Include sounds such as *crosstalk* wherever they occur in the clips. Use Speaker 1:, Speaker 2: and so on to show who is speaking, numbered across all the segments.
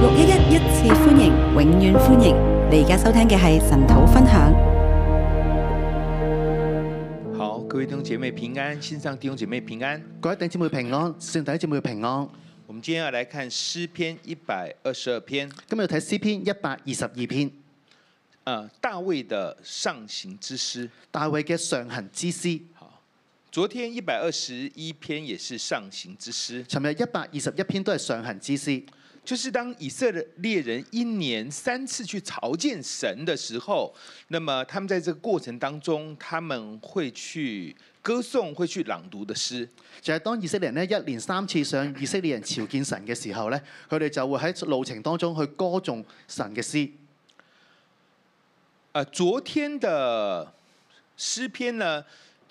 Speaker 1: 六一一一次歡迎，永遠歡迎！你而家收聽嘅係神土分享。
Speaker 2: 好，各位弟兄姐妹平安，線上弟兄姐妹平安。
Speaker 3: 各位弟兄姊妹平安，上弟兄姊妹平安。
Speaker 2: 我們今天要來看詩篇一百二十二篇，
Speaker 3: 今日要睇詩篇一百二十二篇，
Speaker 2: 呃，大衛的上行之詩。
Speaker 3: 大衛嘅上行之詩。
Speaker 2: 好，昨天一百二十一篇也是上行之詩，
Speaker 3: 尋日一百二十一篇都係上行之詩，
Speaker 2: 就是當以色列人一年三次去朝見神的時候，那麼他們在這個過程當中，他們會去歌頌，會去朗讀的詩。
Speaker 3: 就係、是、當以色列人呢一連三次上以色列人朝見神嘅時候呢，佢哋就會喺路程當中去歌頌神嘅詩。
Speaker 2: 呃，昨天的詩篇呢，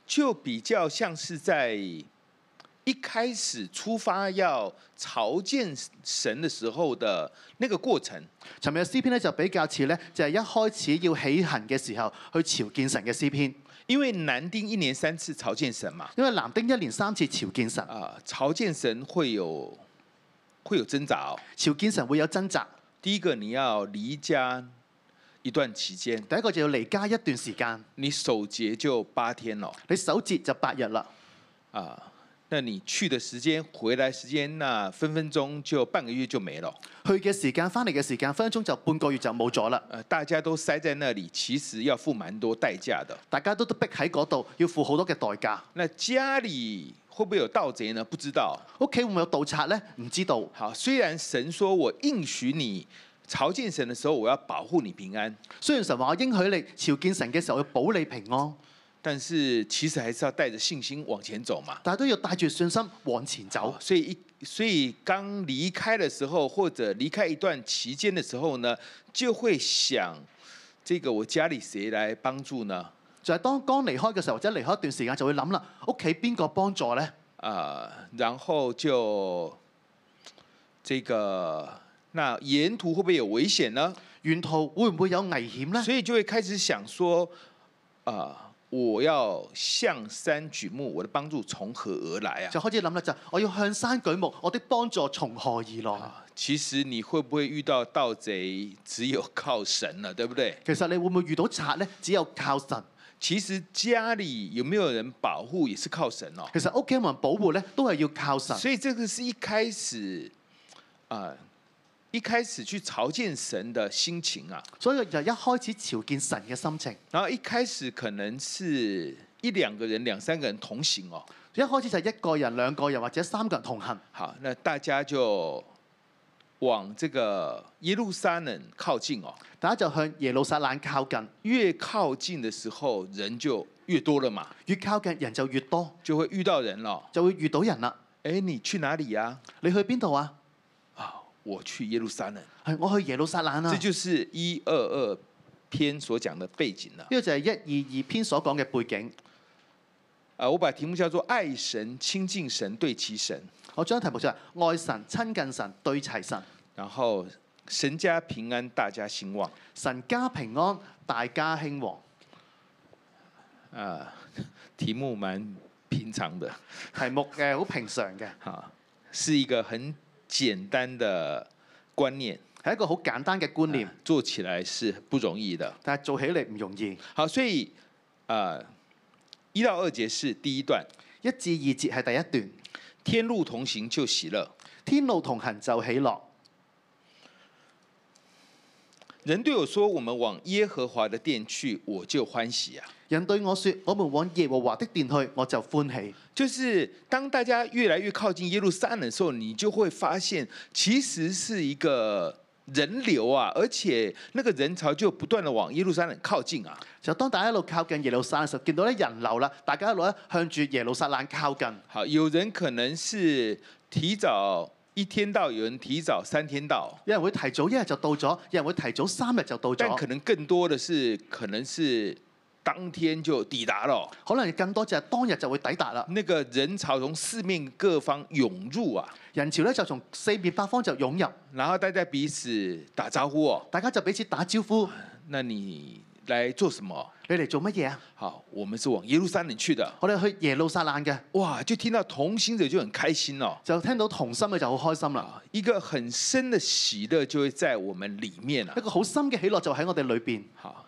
Speaker 2: 就比較像是在一開始出發要朝見神的時候的那個過程。
Speaker 3: 尋日嘅詩篇呢，就比較似呢，就係、一開始要起行嘅時候去朝見神嘅詩篇，
Speaker 2: 因為男丁一年三次朝見神嘛，
Speaker 3: 因為男丁一連三次朝見神，
Speaker 2: 啊、朝見神會有會有掙扎哦。
Speaker 3: 朝見神會有掙扎。
Speaker 2: 第一個，你要離家一段期間，
Speaker 3: 第一個就要離家一段時間，
Speaker 2: 你守節就八天了
Speaker 3: 你守節就八日啦。
Speaker 2: 啊、那你去的時間、回來時間，那分分鐘就半個月就沒了。
Speaker 3: 去嘅時間，翻嚟嘅時間，分分鐘就半個月就冇咗啦。
Speaker 2: 呃，大家都塞在那裡，其實要付蠻多代價的。
Speaker 3: 大家都都逼喺嗰度，要付好多嘅代價。
Speaker 2: 那家裡會不會有盜賊呢？不知道。
Speaker 3: 屋企會唔會有盜賊呢？唔知道。
Speaker 2: 好，雖然神說我應許你朝見神的時候，我要保護你平安，
Speaker 3: 雖然神話我應許你朝見神嘅時候要保你平安，
Speaker 2: 但是其實還是要帶着信心往前走嘛。
Speaker 3: 但係都要帶住信心往前走
Speaker 2: 好。所以一所以剛離開的時候，或者離開一段期間的時候呢，就會想，這個我家裡誰來幫助呢？
Speaker 3: 就係當剛離開嘅時候，或者離開一段時間，就會諗啦，屋企邊個幫助呢？
Speaker 2: 啊、然後就這個那沿途會不會有危險呢？
Speaker 3: 沿途會唔會有危險呢？
Speaker 2: 所以就會開始想說，啊、我要向山舉目，我的幫助從何而來啊
Speaker 3: 就？開始諗啦，就我要向山舉目，我的幫助從何而來？
Speaker 2: 啊其實你會不會遇到盜賊，只有靠神了，對不對？
Speaker 3: 其實你會唔會遇到賊呢？只有靠神。
Speaker 2: 其實家裡有沒有人保護也是靠神哦。
Speaker 3: 其實屋企有冇人保護呢，都係要靠神。
Speaker 2: 所以這個是一開始，啊、一開始去朝見神的心情啊。
Speaker 3: 所以就一開始朝見神嘅心情。
Speaker 2: 然後一開始可能是一兩個人、兩三個人同行哦。
Speaker 3: 一開始就係一個人、兩個人或者三個人同行，
Speaker 2: 好，那大家就往這個耶路撒冷靠近哦。
Speaker 3: 大家就向耶路撒冷靠近，
Speaker 2: 越靠近的時候，人就越多了嘛，
Speaker 3: 越靠近人就越多，
Speaker 2: 就會遇到人了。
Speaker 3: 就會遇到人啦。
Speaker 2: 哎，你去哪裡呀、
Speaker 3: 你去邊度啊？
Speaker 2: 啊？我去耶路撒冷。
Speaker 3: 係我去耶路撒冷啊！
Speaker 2: 這
Speaker 3: 呢
Speaker 2: 就是一二二篇所講的背景了。
Speaker 3: 個就係一二二篇所講嘅背景。
Speaker 2: 啊，我把題目叫做“愛神、親近神、對齊神
Speaker 3: 我將題目就係愛神、親近神、對齊神，”，
Speaker 2: 然後神家平安，大家興旺。
Speaker 3: 神家平安，大家興旺。
Speaker 2: 啊， *laughs* 題目蠻平常的。
Speaker 3: 題目嘅好平常嘅，
Speaker 2: 啊，是一個很簡單的觀念，
Speaker 3: 係一個好簡單嘅觀念
Speaker 2: 啊，做起來是不容易的。
Speaker 3: 但係做起嚟唔容易。
Speaker 2: 好，所以呃，一到二節是第一段，
Speaker 3: 一至二節係第一段，
Speaker 2: 天路同行就喜樂，
Speaker 3: 天路同行就喜樂。
Speaker 2: 人對我說：“我們往耶和華的殿去，我就歡喜啊。
Speaker 3: 人對我說：我們往耶和華的殿去，我就歡喜。”
Speaker 2: 就是當大家越來越靠近耶路撒冷的時候，你就會發現，其實是一個人流啊，而且那個人潮就不斷的往耶路撒冷靠近啊。
Speaker 3: 就當大家一路靠近耶路撒冷嘅時候，見到咧人流啦，大家一路咧向住耶路撒冷靠近。
Speaker 2: 好，有人可能是提早一天到，有人提早三天到，
Speaker 3: 有人會提早一日就到咗，有人會提早三日就
Speaker 2: *laughs*
Speaker 3: 到
Speaker 2: 但可
Speaker 3: 咗。
Speaker 2: 能更多的是，可能是當天就抵達了，
Speaker 3: 可能更多就係當日就會抵達啦。
Speaker 2: 那個人潮從四面各方湧入啊，
Speaker 3: 人潮咧就從四面八方就湧入，
Speaker 2: 然後大家彼此打招呼哦。
Speaker 3: 大家就彼此打招呼。
Speaker 2: 那你来做什么？
Speaker 3: 你嚟做乜嘢啊？
Speaker 2: 好，我们是往耶路撒冷去的。
Speaker 3: 我哋去耶路撒冷嘅，
Speaker 2: 哇，就听到同行者就很开心哦，啊
Speaker 3: 就聽到童心嘅就好開心啦。
Speaker 2: 一个很深的喜乐就会在我们里面啊
Speaker 3: 一。個好深嘅喜樂就喺我哋裏邊。
Speaker 2: 好，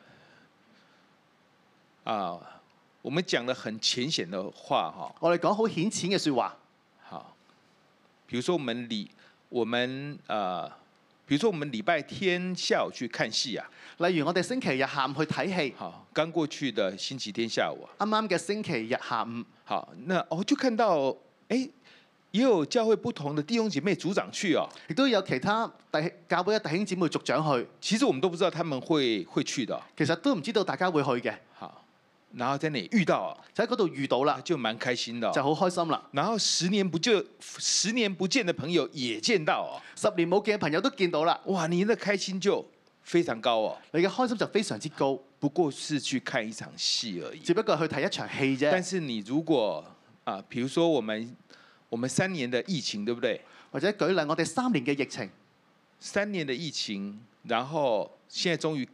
Speaker 2: 啊，我们讲了很浅显的话哈。
Speaker 3: 我哋講好顯淺嘅説話，
Speaker 2: 好，比如说我们礼，我们呃，比如说我们礼拜天下午去看戏啊。
Speaker 3: 例如我哋星期日下午去睇戲，
Speaker 2: 好，刚过去的星期天下午啊、
Speaker 3: 啱啱嘅星期日下午，
Speaker 2: 好，那我、哦、就看到，哎，也有教会不同的弟兄姐妹组长去哦。
Speaker 3: 亦都有其他弟兄教會嘅弟兄姊妹族長去，
Speaker 2: 其實我們都不知道他們會會去的哦、
Speaker 3: 其實都唔知道大家會去嘅，
Speaker 2: 好，然後在那裡遇到哦
Speaker 3: 就喺嗰度遇到
Speaker 2: 啊，
Speaker 3: 啦，
Speaker 2: 就蠻開心的哦、
Speaker 3: 就好開心啦。
Speaker 2: 然後十年不就十年不見的朋友也見到哦，
Speaker 3: 十年冇見嘅朋友都見到啦，
Speaker 2: 哇，你的開心就非常高哦。
Speaker 3: 你嘅開心就非常之高。
Speaker 2: 不過是去看一場戲而已。
Speaker 3: 只不過去睇一場戲
Speaker 2: 但
Speaker 3: 啫，
Speaker 2: 是你如果啊，比如說我們我們三年的疫情，對不對？
Speaker 3: 或者舉例，我哋三年嘅疫情，
Speaker 2: 三年的疫情，然後現在終於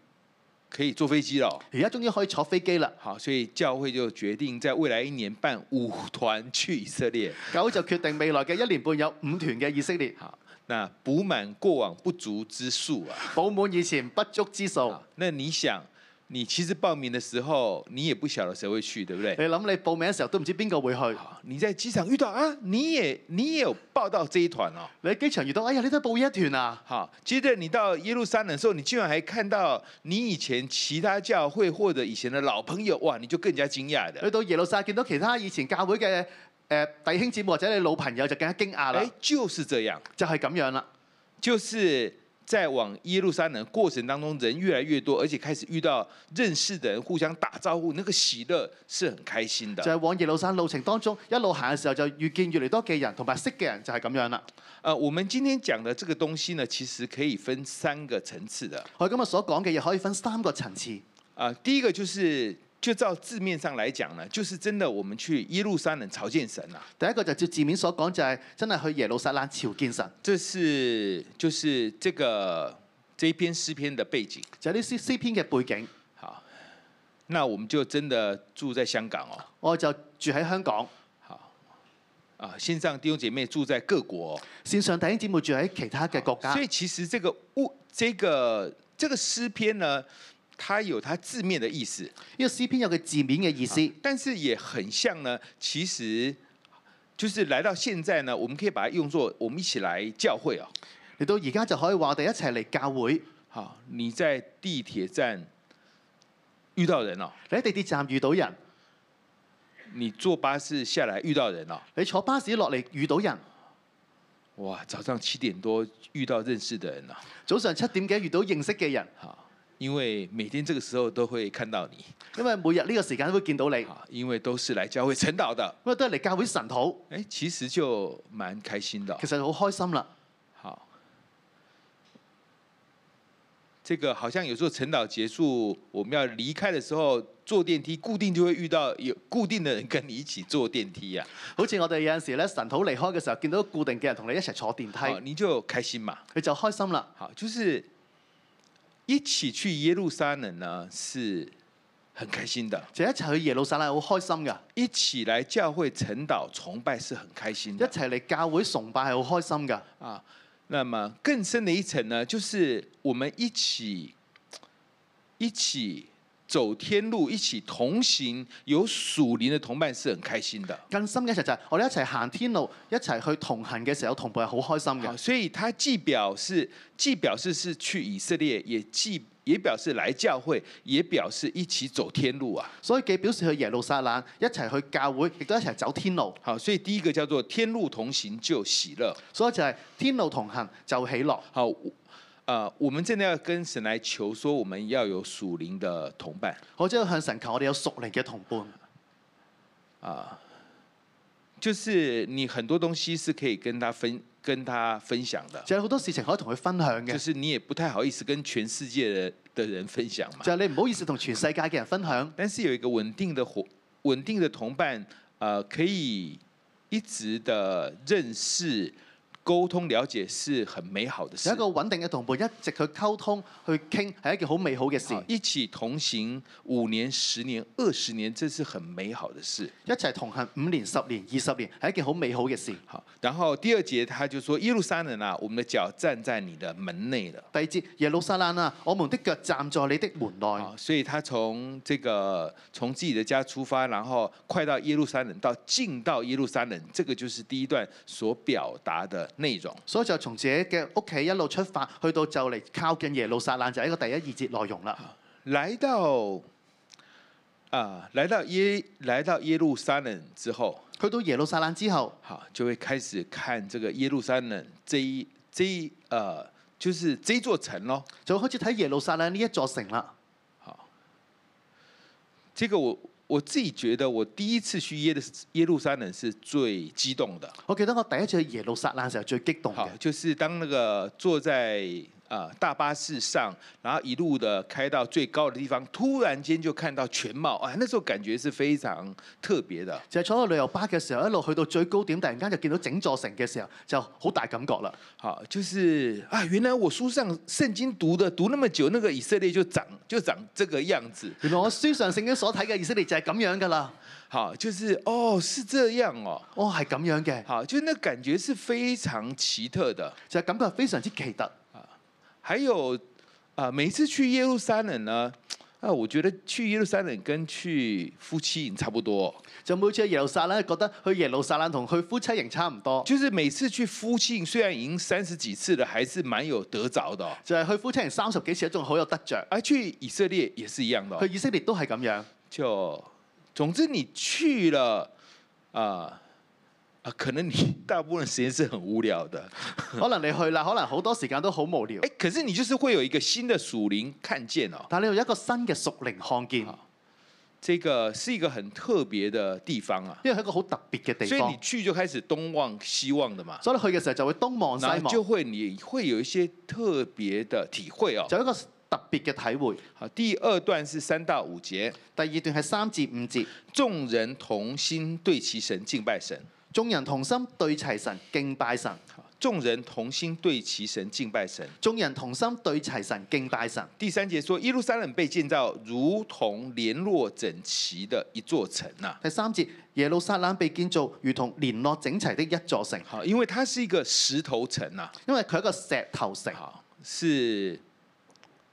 Speaker 2: 可以坐飛機了哦。
Speaker 3: 而家終於可以坐飛機啦，
Speaker 2: 好，所以教會就決定在未來一年半五团去以色列。
Speaker 3: 教會就決定未來嘅一年半有五團嘅以色列，
Speaker 2: 好，那補滿過往不足之数啊。
Speaker 3: 補滿以前不足之數
Speaker 2: 好。，那你想，你其实報名的時候，你也不曉得誰會去，對不
Speaker 3: 你
Speaker 2: 對？
Speaker 3: 諗你報名嘅時候都唔知邊個會去，
Speaker 2: 好，你在機場遇到啊，你也你也有報到這一團哦。
Speaker 3: 你喺機場遇到，哎呀，你都係報呢一團啊！
Speaker 2: 好，接着你到耶路撒冷的时候，你居然还看到你以前其他教会或者以前的老朋友，哇，你就更加驚訝的
Speaker 3: 去。到耶路撒冷見到其他以前教會嘅誒、呃弟兄姊妹或者你老朋友就更加驚訝啦，
Speaker 2: 哎，就是這樣，
Speaker 3: 就係、咁樣啦。
Speaker 2: 就是在往耶路撒冷的过程当中，人越来越多，而且开始遇到认识的人，互相打招呼，那个喜乐是很开心
Speaker 3: 就
Speaker 2: 的。
Speaker 3: 係往耶路撒冷路程當中一路行嘅時候，就遇見越嚟多嘅人同埋識嘅人，就係咁樣啦。
Speaker 2: 呃，我们今天讲的这个東西呢，其實可以分三個層次的。
Speaker 3: 我今日所講嘅嘢可以分三個層次。
Speaker 2: 啊、第一個就是。就照字面上來講呢，就是真的，我們去耶路撒冷朝見神啊，
Speaker 3: 第一個就照字面所講，就係真係去耶路撒冷朝見神，
Speaker 2: 这是就是这个这一篇诗篇的背景。
Speaker 3: 就係呢詩詩篇嘅背景。
Speaker 2: 好，那我们就真的住在香港哦。
Speaker 3: 我就住喺香港，
Speaker 2: 好，啊，线上弟兄姐妹住在各国哦、
Speaker 3: 線上弟兄姊妹住喺其他嘅國家
Speaker 2: 所，以其實这个物这个这个诗篇呢，它有它字面的意思，
Speaker 3: 呢個詩篇有佢字面嘅意思，
Speaker 2: 但是也很像呢，其實。就是來到現在呢，我們可以把它用作我們一起來教會哦。
Speaker 3: 嚟到而家就可以話我哋一齊嚟教會。
Speaker 2: 好，你在地鐵站遇到人哦，
Speaker 3: 你喺地鐵站遇到人，
Speaker 2: 你坐巴士下來遇到人哦，
Speaker 3: 你坐巴士落嚟遇到人，
Speaker 2: 哇，早上七點多遇到認識的人了、
Speaker 3: 早上七點幾遇到認識嘅人，
Speaker 2: 好，因為每天這個時候都會看到你，
Speaker 3: 因為每日呢個時間都會見到你，因
Speaker 2: 好，因為都是來教會晨禱的，
Speaker 3: 為都係嚟教會神討，
Speaker 2: 哎、其實就蠻開心的哦、
Speaker 3: 其實好開心啦。
Speaker 2: 好，這個好像有時候晨禱結束，我們要離開的時候，坐電梯固定就會遇到有固定的人跟你一起坐電梯啊呀、
Speaker 3: 好似我哋有陣時咧神討離開嘅時候，見到固定嘅人同你一齊坐電
Speaker 2: 好，
Speaker 3: 梯，
Speaker 2: 你就開心嘛。
Speaker 3: 你就開心啦。
Speaker 2: 好，就是一起去耶路撒冷呢，是很開心的。
Speaker 3: 就一齊去耶路撒冷好開心㗎，
Speaker 2: 一起来教会晨祷崇拜是很开心
Speaker 3: 一
Speaker 2: 的
Speaker 3: 齊嚟教會崇拜係好開心㗎。
Speaker 2: 啊。那么更深的一層呢，就是我們一起一起走天路，一起同行，有屬靈的同伴是很開心的。
Speaker 3: 更深嘅一齊就係我哋一齊行天路，一齊去同行嘅時候，同伴係好開心
Speaker 2: 好，
Speaker 3: 嘅。
Speaker 2: 所以它既表示既表示是去以色列，也既也表示來教會，也表示一起走天路啊。
Speaker 3: 所以既表示去耶路撒冷，一齊去教會，亦都一齊走天路。
Speaker 2: 好，所以第一個叫做天路同行就喜樂。
Speaker 3: 所以就係天路同行就喜樂。
Speaker 2: 好，我呃，我们真的要跟神来求说，我们要有属灵的同伴，
Speaker 3: 我真係向神求，我哋有屬靈嘅同伴。
Speaker 2: 就是你很多东西是可以跟他分跟他分享的，
Speaker 3: 就有好多事情可以同佢分享
Speaker 2: 就
Speaker 3: 嘅，
Speaker 2: 是你也不太好意思跟全世界的的人分享嘛
Speaker 3: 就。係你唔好意思同全世界嘅人分享，
Speaker 2: 但是有一个稳定的伙，稳定的同伴，呃，可以一直的认识，沟通了解是很美好的事
Speaker 3: 有一。個穩定嘅同伴，一直去溝通、去傾，係一件好美好嘅事。
Speaker 2: 好一起同行五年、十年、二十年，这是很美好的事。
Speaker 3: 一齊同行五年、十年、二十年，係一件好美好嘅事。
Speaker 2: 好，然后第二节他就说：耶路撒冷啊，我们的脚站在你的门内了。
Speaker 3: 第二節，耶路撒冷啊，我們的腳站在你的門內。
Speaker 2: 好，所以他从这个从自己的家出发，然后快到耶路撒冷，到进到耶路撒冷，这个就是第一段所表达的内容。
Speaker 3: 所以就從自己嘅屋企一路出發，去到就嚟靠近耶路撒冷，就係一個第一二節內容啦。
Speaker 2: 来到啊、来到耶来到耶路撒冷之后，
Speaker 3: 去到耶路撒冷之後，
Speaker 2: 好，就会开始看这个耶路撒冷这一这一呃，就是这座城咯。
Speaker 3: 就開始睇耶路撒冷呢一座城啦。
Speaker 2: 这个我我自己觉得，我第一次去耶的耶路撒冷是最激动的。
Speaker 3: 我記得我第一次去耶路撒冷嘅時候最激動
Speaker 2: 好
Speaker 3: 嘅，，
Speaker 2: 就是当那个坐在呃大巴士上，然后一路的开到最高的地方，突然间就看到全貌，啊，那时候感觉是非常特别的。
Speaker 3: 就係坐喺旅遊巴嘅時候，一路去到最高點，突然間就見到整座城嘅時候，就好大感覺啦。
Speaker 2: 好，就是啊，原来我书上圣经读的读那么久，那个以色列就长就长这个样子。
Speaker 3: 原來我書上聖經所睇嘅以色列就係咁樣噶啦。
Speaker 2: 好，就是哦，是这样哦。
Speaker 3: 哦，係咁樣嘅，
Speaker 2: 好，就那感觉是非常奇特的。
Speaker 3: 就係感覺非常之奇特。
Speaker 2: 还有啊、每次去耶路撒冷呢，啊，我觉得去耶路撒冷跟去夫妻营差不多，
Speaker 3: 就每次去耶路撒冷，覺得去耶路撒冷同去夫妻營差唔多，
Speaker 2: 就是每次去夫妻营，虽然已经三十几次了，还是蛮有得着的、哦。
Speaker 3: 就係去夫妻營三十幾次都仲好有得着。
Speaker 2: 而、去以色列也是一样的哦、
Speaker 3: 去以色列都係咁
Speaker 2: *laughs*
Speaker 3: 樣。
Speaker 2: 就总之你去了啊。啊，可能你大部分时间是很无聊的，
Speaker 3: 可能你去啦，可能好多時間都好無聊
Speaker 2: 哎、，可是你就是会有一个新的属灵看见哦，
Speaker 3: 但你有一個新嘅屬靈看見，
Speaker 2: 好这个是一个很特别的地方啊。
Speaker 3: 因為係一個好特別嘅地
Speaker 2: 所以
Speaker 3: 方
Speaker 2: 你，去就开始东望西望的嘛，
Speaker 3: 所以你去嘅時候就會東望西
Speaker 2: 然后就
Speaker 3: 望，
Speaker 2: 会你会有一些特别的体会哦。
Speaker 3: 就有一個特別嘅體會。
Speaker 2: 好，第二段是三到五节，
Speaker 3: 第二段係三至五節，
Speaker 2: 众人同心对其神敬拜神，
Speaker 3: 眾人同心對齊神敬拜神，
Speaker 2: 众人同心对其神敬拜神。
Speaker 3: 眾人同心對齊神敬拜神。
Speaker 2: 第三节说，耶路撒冷被建造如同联络整齐的一座城啊呐、
Speaker 3: 第三節，耶路撒冷被建造如同連絡整齊的一座城，
Speaker 2: 好，因为它是一个石头城呐、
Speaker 3: 因為佢係一個石頭城，
Speaker 2: 好是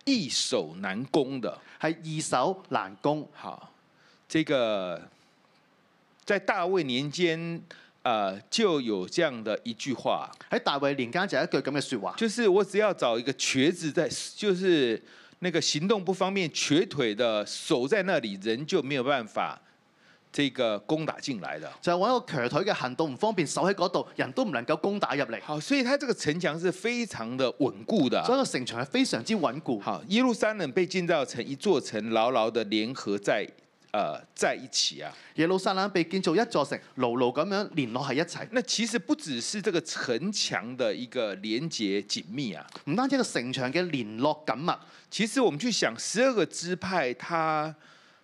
Speaker 2: 易守难攻的。
Speaker 3: 係易守難攻。
Speaker 2: 好，这个在大卫年间，呃，就有这样的一句话，
Speaker 3: 喺大衛年間就有一句咁嘅説話，
Speaker 2: 就是我只要找一个瘸子在，就是那个行动不方便、瘸腿的，守在那里，人就没有办法这个攻打进来的。
Speaker 3: 就係揾一個瘸腿嘅行動唔方便，守喺嗰度，人都唔能夠攻打入嚟。
Speaker 2: 好，所以他这个城墙是非常的稳固的
Speaker 3: 所
Speaker 2: 啊。
Speaker 3: 以個城牆係非常之穩固。
Speaker 2: 好，耶路撒冷被建造成一座城，牢牢的联合在呃在一起啊。
Speaker 3: 耶路撒冷被建造一座城，牢牢咁樣連絡喺一齊。
Speaker 2: 那其实不只是这个城墙的一个连结紧密啊，
Speaker 3: 唔單止個城牆嘅連絡緊密，
Speaker 2: 其实我们去想，十二个支派，它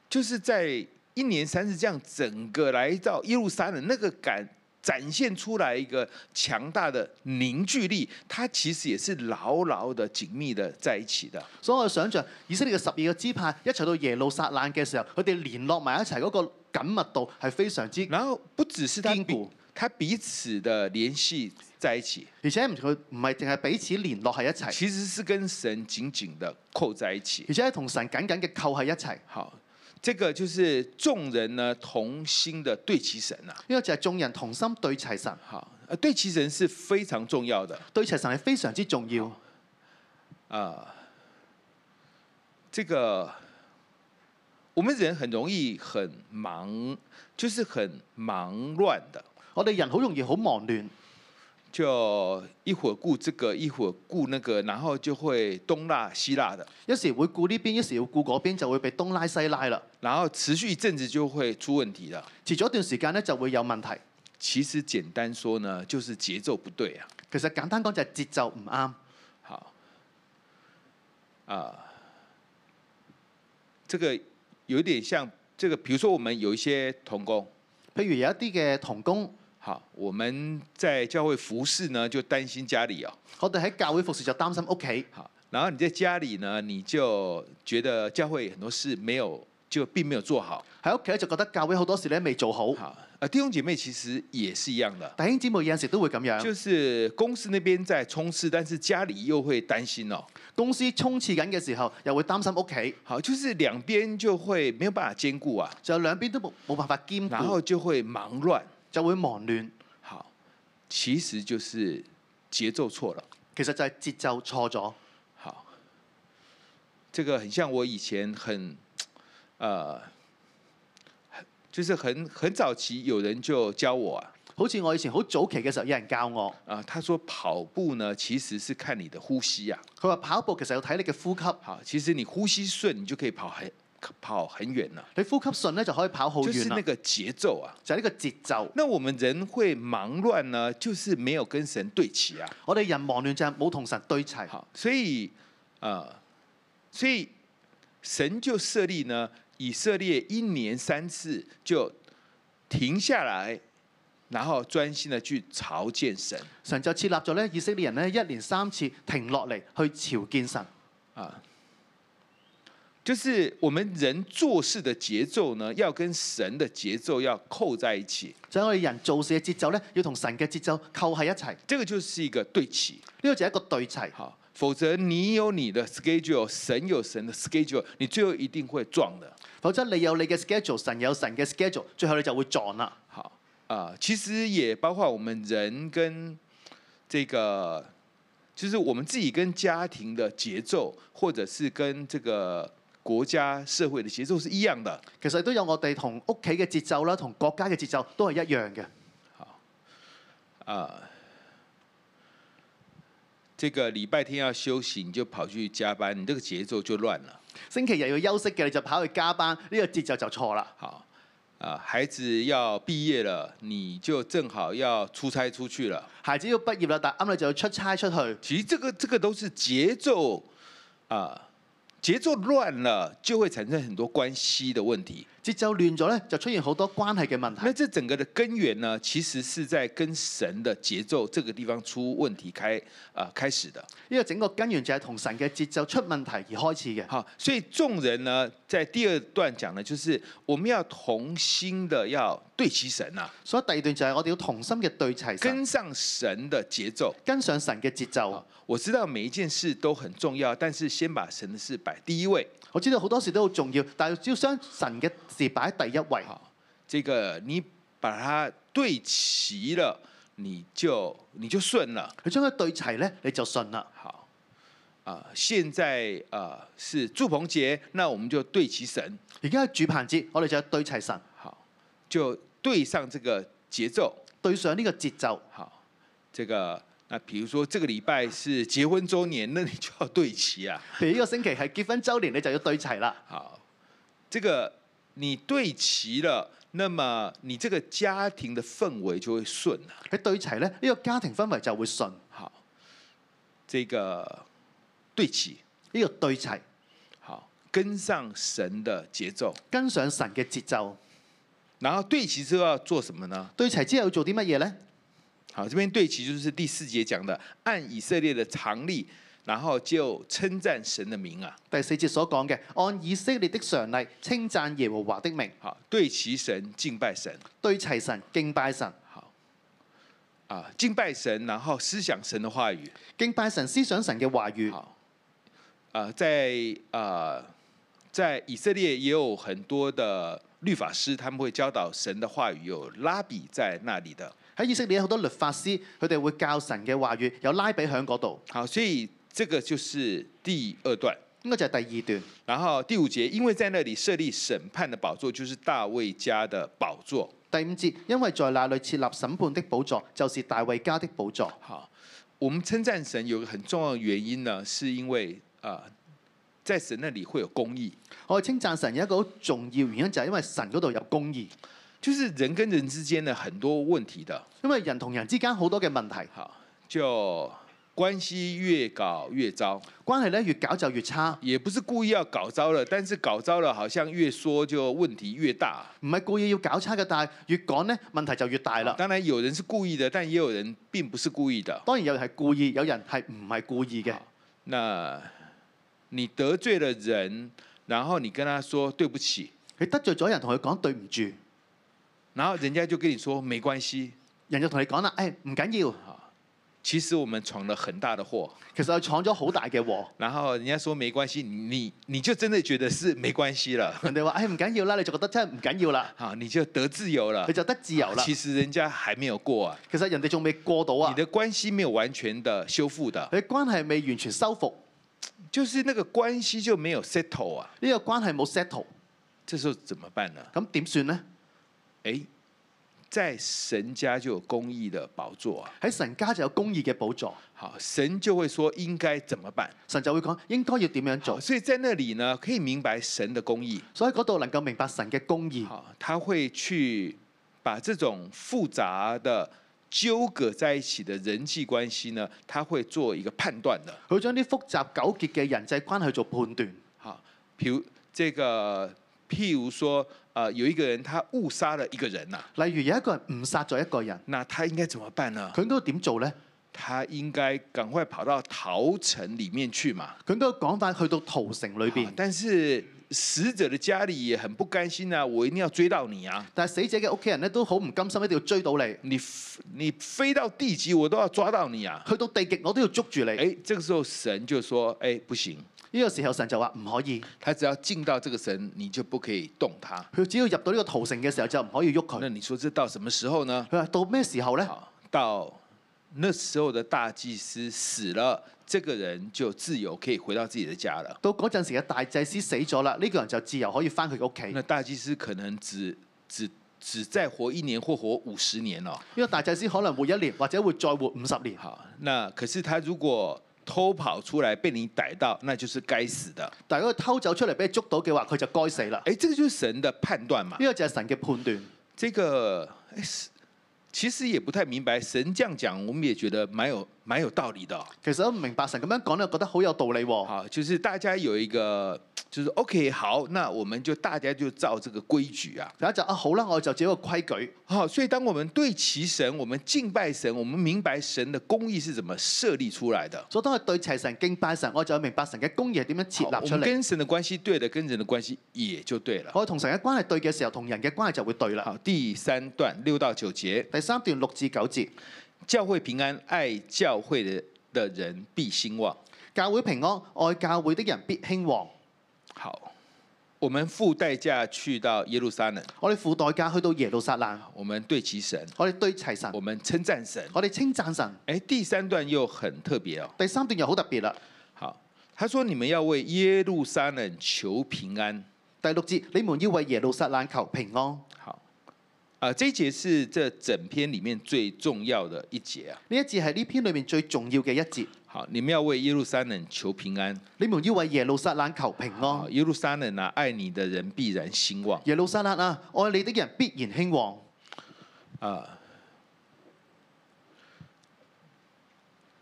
Speaker 2: 就是在一年三次这样整个来到耶路撒冷，那个感展现出来一个强大的凝聚力，它其实也是牢牢的、紧密的在一起的。
Speaker 3: 所以我想象以色列嘅十二個支派一齊到耶路撒冷嘅時候，佢哋連絡埋一齊嗰個緊密度係非常之，
Speaker 2: 然后不只是它
Speaker 3: 丁
Speaker 2: 彼
Speaker 3: 骨
Speaker 2: 它彼此的联系在一起，
Speaker 3: 而且唔佢唔係淨係彼此連絡喺一齊，
Speaker 2: 其实是跟神紧紧的扣在一起。
Speaker 3: 而且係同神緊緊嘅扣喺一齊。
Speaker 2: 好，这个就是众人呢同心的对其神呐、
Speaker 3: 呢個就係眾人同心對齊神，
Speaker 2: 好，呃，对其神是非常重要的。
Speaker 3: 對齊神係非常之重要。
Speaker 2: 啊这个我们人很容易很忙，就是很忙乱的，
Speaker 3: 我哋人好容易好忙亂，
Speaker 2: 就一会儿顾这个，一会儿顾那个，然后就会东拉西拉的，
Speaker 3: 一時會顧呢邊，一時要顧嗰邊，就會被東拉西拉啦。
Speaker 2: 然后持续一阵子就会出问题的。
Speaker 3: 遲咗一段時間咧就會有問題。
Speaker 2: 其实简单说呢，就是节奏不对啊。
Speaker 3: 其實簡單講就係節奏唔啱。
Speaker 2: 好，啊、这个有点像这个，比如说我们有一些童工，
Speaker 3: 譬如有一啲嘅童工，
Speaker 2: 好，我们在教会服侍呢，就担心家里哦。
Speaker 3: 我哋喺教會服侍就擔心屋企，
Speaker 2: 好，然后你在家里呢，你就觉得教会很多事没有，就并没有做好。
Speaker 3: 喺屋企咧就覺得教會好多事咧未做好。
Speaker 2: 好，呃，弟兄姐妹其实也是一样的，
Speaker 3: 弟兄姊妹有陣時都會咁樣，
Speaker 2: 就是公司那边在冲刺，但是家里又会担心哦。
Speaker 3: 公司衝刺緊嘅時候又會擔心屋企，
Speaker 2: 好，就是两边就会沒有办法兼顾啊，
Speaker 3: 就兩邊都冇冇辦法兼
Speaker 2: 然後
Speaker 3: 顧，
Speaker 2: 就会忙乱。
Speaker 3: 就會忙亂。
Speaker 2: 好，其实就是节奏错了。
Speaker 3: 其實就係節奏錯咗。
Speaker 2: 好，这个很像我以前很，呃，就是很很早期有人就教我啊，
Speaker 3: 好似我以前好早期嘅時候，有人教我，
Speaker 2: 啊，他说跑步呢其实是看你的呼吸啊，
Speaker 3: 佢話跑步其實要睇你嘅呼吸，
Speaker 2: 好，其实你呼吸顺，你就可以跑很跑很远了、
Speaker 3: 你呼吸順咧就可以跑好啊
Speaker 2: 就是
Speaker 3: 遠啦
Speaker 2: 那。個節奏啊。
Speaker 3: 就係呢個節奏。
Speaker 2: 那我們人會忙亂呢，就是沒有跟神對齊啊。
Speaker 3: 我哋人忙亂就係冇同神對齊，
Speaker 2: 好，所以呃，所以神就设立呢，以色列一年三次就停下来，然后专心的去朝见神
Speaker 3: 神就設立咗咧以色列人咧一連三次停落嚟去朝見神。
Speaker 2: 啊。就是我们人做事的节奏呢，要跟神的节奏要扣在一起，
Speaker 3: 就係我哋人做事嘅節奏咧，要同神嘅節奏扣喺一齊。呢
Speaker 2: 这个就是一个对齐。
Speaker 3: 個就係一個對齊。
Speaker 2: 好，否则你有你的 schedule，神有神的 schedule，你最后一定会撞的。
Speaker 3: 否則你有你嘅 schedule，神有神嘅 schedule，最後你就會撞啦。
Speaker 2: 好啊、其实也包括我们人跟这个，就是我们自己跟家庭的节奏，或者是跟这个国家社会的节奏是一样的。
Speaker 3: 其實都有我哋同屋企嘅節奏啦，同國家嘅節奏都係一樣嘅。
Speaker 2: 啊这个礼拜天要休息，你就跑去加班，你这个节奏就乱了。
Speaker 3: 星期日要休息嘅，你就跑去加班，呢、個節奏就錯啦。
Speaker 2: 好。啊，孩子要毕业了，你就正好要出差出去了。
Speaker 3: 孩子要畢業啦，但啱你就要出差出去。
Speaker 2: 其实这个这个都是节奏啊，节奏乱了就会产生很多关系的问题。
Speaker 3: 節奏亂咗咧，就出現好多關係嘅問題
Speaker 2: 那。这整个的根源呢，其实是在跟神的节奏这个地方出问题开啊、开始的。
Speaker 3: 呢個整個根源就係同神嘅節奏出問題而開始嘅。
Speaker 2: 好，所以众人呢，在第二段讲的就是我们要同心的要对齐神啊，
Speaker 3: 所以第二段就係我哋要同心嘅對齊神，
Speaker 2: 跟上神的节奏。
Speaker 3: 跟上神嘅節奏
Speaker 2: 好。，我知道每一件事都很重要，但是先把神的事摆第一位。
Speaker 3: 我知道好多事都好重要，但係只要將神嘅事擺喺第一位，
Speaker 2: 好，这个你把它对齐了，你就你就顺了。
Speaker 3: 佢將佢對齊咧，你就信啦。
Speaker 2: 好，啊、现在啊、是祝棚节，那我们就对齐神，
Speaker 3: 而家係主棚節，我哋就要對齊神，
Speaker 2: 好，就对上这个节奏，
Speaker 3: 對上呢個節奏。
Speaker 2: 好，这个那比如说这个礼拜是结婚周年，那你就要对齐啊，
Speaker 3: 譬如呢個星期係結婚周年，你就要對齊啦。
Speaker 2: 好，这个你对齐了，那么你这个家庭的氛围就会顺了。
Speaker 3: 你對齊咧，呢、個家庭氛圍就會順。呢、
Speaker 2: 好，这个对齐，
Speaker 3: 個對齊，
Speaker 2: 好，跟上神的节奏，
Speaker 3: 跟上神嘅節奏。
Speaker 2: 然后对齐之后要做什么呢？
Speaker 3: 對齊之後要做啲乜嘢咧？
Speaker 2: 好，这边对齐就是第四节讲的，按以色列的常例，然后就称赞神的名啊。
Speaker 3: 第四節所講嘅，按以色列的常例稱讚耶和華的名，
Speaker 2: 好，对齐神，敬拜神，
Speaker 3: 對齊神敬拜神，
Speaker 2: 好，啊，敬拜神，然后思想神的话语，
Speaker 3: 敬拜神思想神嘅話語。
Speaker 2: 好，啊，在啊、在以色列也有很多的律法师，他们会教导神的话语，有拉比在那里的。
Speaker 3: 喺以色列好多律法師，佢哋會教神嘅話語，有拉比喺嗰度。
Speaker 2: 好，所以這個就是第二段。
Speaker 3: 應該就係第二段。
Speaker 2: 然後第五節，因為在那裡設立審判的寶座，就是大衛家的寶座。
Speaker 3: 第五節，因為在那裏設立審判的寶座，就是大衛家的寶座。
Speaker 2: 好，我們稱讚神有個很重要的原因呢，是因為啊、呃在神那裡會有公義，
Speaker 3: 我哋稱讚神有一個好重要原因，就係因為神嗰度有公義，
Speaker 2: 就是人跟人之間的很多問題的。
Speaker 3: 因為人同人之間好多嘅問題。
Speaker 2: 好，就关系越搞越糟，
Speaker 3: 關係咧越搞就越差，
Speaker 2: 也不是故意要搞糟了，但是搞糟了好像越说就问题越大。
Speaker 3: 唔係故意要搞差嘅，但係越講咧問題就越大啦。
Speaker 2: 当然有人是故意的，但也有人并不是故意的。
Speaker 3: 當然有人係故意，有人係唔係故意嘅。
Speaker 2: 那你得罪了人，然后你跟他说对不起，
Speaker 3: 你得罪咗人，同佢講對唔住，
Speaker 2: 然后人家就跟你说没关系。
Speaker 3: 人就同你講啦，誒唔緊要，
Speaker 2: 其实我们闯了很大的祸，
Speaker 3: 其實佢闖咗好大嘅禍。
Speaker 2: 然后人家说没关系，你你就真的觉得是没关系了，
Speaker 3: 人哋話：，誒唔緊要啦，你就覺得真係唔緊要啦，
Speaker 2: 好，你就得自由了
Speaker 3: 你。就得自由啦。
Speaker 2: 其實人家還沒有過啊，
Speaker 3: 其實人哋仲未過到
Speaker 2: 你
Speaker 3: 啊，
Speaker 2: 的關係沒有完全的修復的，
Speaker 3: 佢關係未完全修復，
Speaker 2: 就是那個關係就沒有 settle 啊，
Speaker 3: 呢、個關係冇 settle，
Speaker 2: 這時候怎麼辦呢？
Speaker 3: 咁點算呢？
Speaker 2: 哎，在神家就有公義的寶座啊，
Speaker 3: 喺神家就有公義嘅寶座，
Speaker 2: 好，神就會說應該怎麼辦。
Speaker 3: 神就會講應該要點樣
Speaker 2: 好，
Speaker 3: 做。
Speaker 2: 所以在那裡呢，可以明白神的公義，
Speaker 3: 所以嗰度能夠明白神嘅公義，
Speaker 2: 好，他會去把這種複雜的糾葛在一起的人際關係呢，他會做一個判斷的。
Speaker 3: 佢將啲複雜糾結嘅人際關係做判斷。
Speaker 2: 好，譬如这个，譬如说，呃，有一个人他误杀了一个人呐、
Speaker 3: 例如有一個人誤殺咗一個人，
Speaker 2: 那他应该怎么办呢？
Speaker 3: 佢應該點做呢？
Speaker 2: 他應該赶快跑到逃城里面去嘛。
Speaker 3: 佢應該講法去到屠城裏
Speaker 2: 啊
Speaker 3: 邊，
Speaker 2: 但是死者的家里也很不甘心啊，我一定要追到你啊！
Speaker 3: 但係死者嘅屋企人咧都好唔甘心，一定要追到你，
Speaker 2: 你你飞到地極，我都要抓到你啊！
Speaker 3: 去到地極我都要捉住你。呢、
Speaker 2: 哎，这個時候神就說：哎，不行，
Speaker 3: 個時候神就話唔可以，
Speaker 2: 他只要进到這個神，你就不可以動他。
Speaker 3: 佢只要入到呢個屠城嘅時候就唔可以喐佢
Speaker 2: 那。你說這到什麼時候呢？
Speaker 3: 佢話到咩時候呢？
Speaker 2: 好，到那时候的大祭司死了，这个人就自由可以回到自己的家了。
Speaker 3: 到嗰陣時嘅大祭司死咗啦，呢、個人就自由可以翻佢屋企。
Speaker 2: 那
Speaker 3: 呢
Speaker 2: 大祭司可能只只只再活一年或活五十年哦。
Speaker 3: 個大祭司可能活一年，或者會再活五十年。
Speaker 2: 好，那可是他如果偷跑出来被你逮到，那就是该死的。
Speaker 3: 但係如果佢偷走出嚟俾你捉到嘅話，佢就該死啦。
Speaker 2: 哎，这个就是神的判断嘛
Speaker 3: 呢。個就係神嘅判斷。
Speaker 2: 这个哎是。其实也不太明白，神这样讲，我们也觉得蛮有蛮有道理的哦、
Speaker 3: 其實我唔明白神咁樣講咧，我覺得好有道理喎。
Speaker 2: 好，就是大家有一个，就是 OK，好，那我们就大家就照这个规矩啊。
Speaker 3: 第一就啊好啦，我就只有一個規矩。
Speaker 2: 好，所以当我们对其神，我们敬拜神，我们明白神的公义是怎么设立出来的。
Speaker 3: 所以當我對齊神敬拜神，我就要明白神嘅公義係點樣
Speaker 2: 好
Speaker 3: 設立
Speaker 2: 我
Speaker 3: 出哦
Speaker 2: 们
Speaker 3: 嚟。
Speaker 2: 跟神的關係對了，跟人的關係也就對了。
Speaker 3: 我同神嘅關係對嘅時候，同人嘅關係就會對啦。
Speaker 2: 好，第三段六到九節，
Speaker 3: 第三段六至九節，
Speaker 2: 教會平安，愛教會的的人必興旺。
Speaker 3: 教會平安，愛教會的人必興旺。
Speaker 2: 好，我們付代價去到耶路撒冷，
Speaker 3: 我哋付代價去到耶路撒冷，
Speaker 2: 我們對其神，
Speaker 3: 我哋對齊神
Speaker 2: 我，們稱讚神。
Speaker 3: 我哋稱讚神。
Speaker 2: 哎，第三段又很特別哦。
Speaker 3: 第三段又好特別啦。
Speaker 2: 好，他說你們要為耶路撒冷求平安。
Speaker 3: 第六節，你們要為耶路撒冷求平安。呢
Speaker 2: 好，啊、这一节是这整篇里面最重要的一节啊。
Speaker 3: 一節係呢篇裏面最重要嘅一節。
Speaker 2: 好，你们要为耶路撒冷求平安。
Speaker 3: 你們要為耶路撒冷求平
Speaker 2: 啊，
Speaker 3: 安。
Speaker 2: 耶路撒冷啊，愛你的人必然兴旺
Speaker 3: 耶路撒冷啊，愛你的人必然興旺。
Speaker 2: 啊。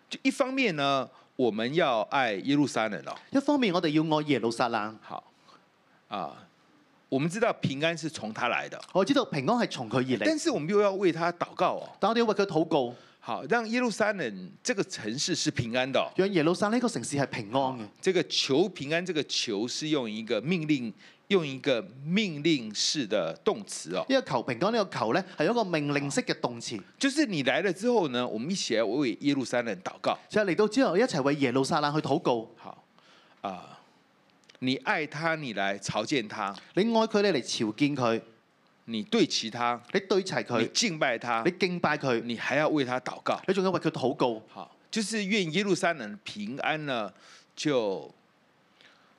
Speaker 2: 就一方面呢，我们要爱耶路撒冷哦。
Speaker 3: 一方面我哋要愛耶路撒冷，
Speaker 2: 好，啊，我们知道平安是从他来的，
Speaker 3: 我知道平安係從佢而嚟
Speaker 2: 但，是我们又要为他祷告哦。
Speaker 3: 但我哋要為佢禱告，
Speaker 2: 好，讓耶路撒冷這個城市是平安的哦、
Speaker 3: 讓耶路撒冷呢個城市係平安嘅。
Speaker 2: 这个求平安，这个求是用一个命令，用一个命令式的动词哦，
Speaker 3: 呢個求平安呢個求呢，係一個命令式嘅動詞，
Speaker 2: 就是你来了之后呢，我们一起来为耶路撒冷祷告。
Speaker 3: 就係嚟到之後一齊為耶路撒冷去禱告。
Speaker 2: 好啊、你爱他，你来朝见他，
Speaker 3: 你愛佢，你嚟朝見佢，
Speaker 2: 你對齐他，
Speaker 3: 你對齊
Speaker 2: 你
Speaker 3: 佢，
Speaker 2: 敬拜他
Speaker 3: 你，敬拜佢，
Speaker 2: 你还要为他祷告。
Speaker 3: 你仲要為佢禱告。
Speaker 2: 好，就是愿耶路撒冷平安呢，就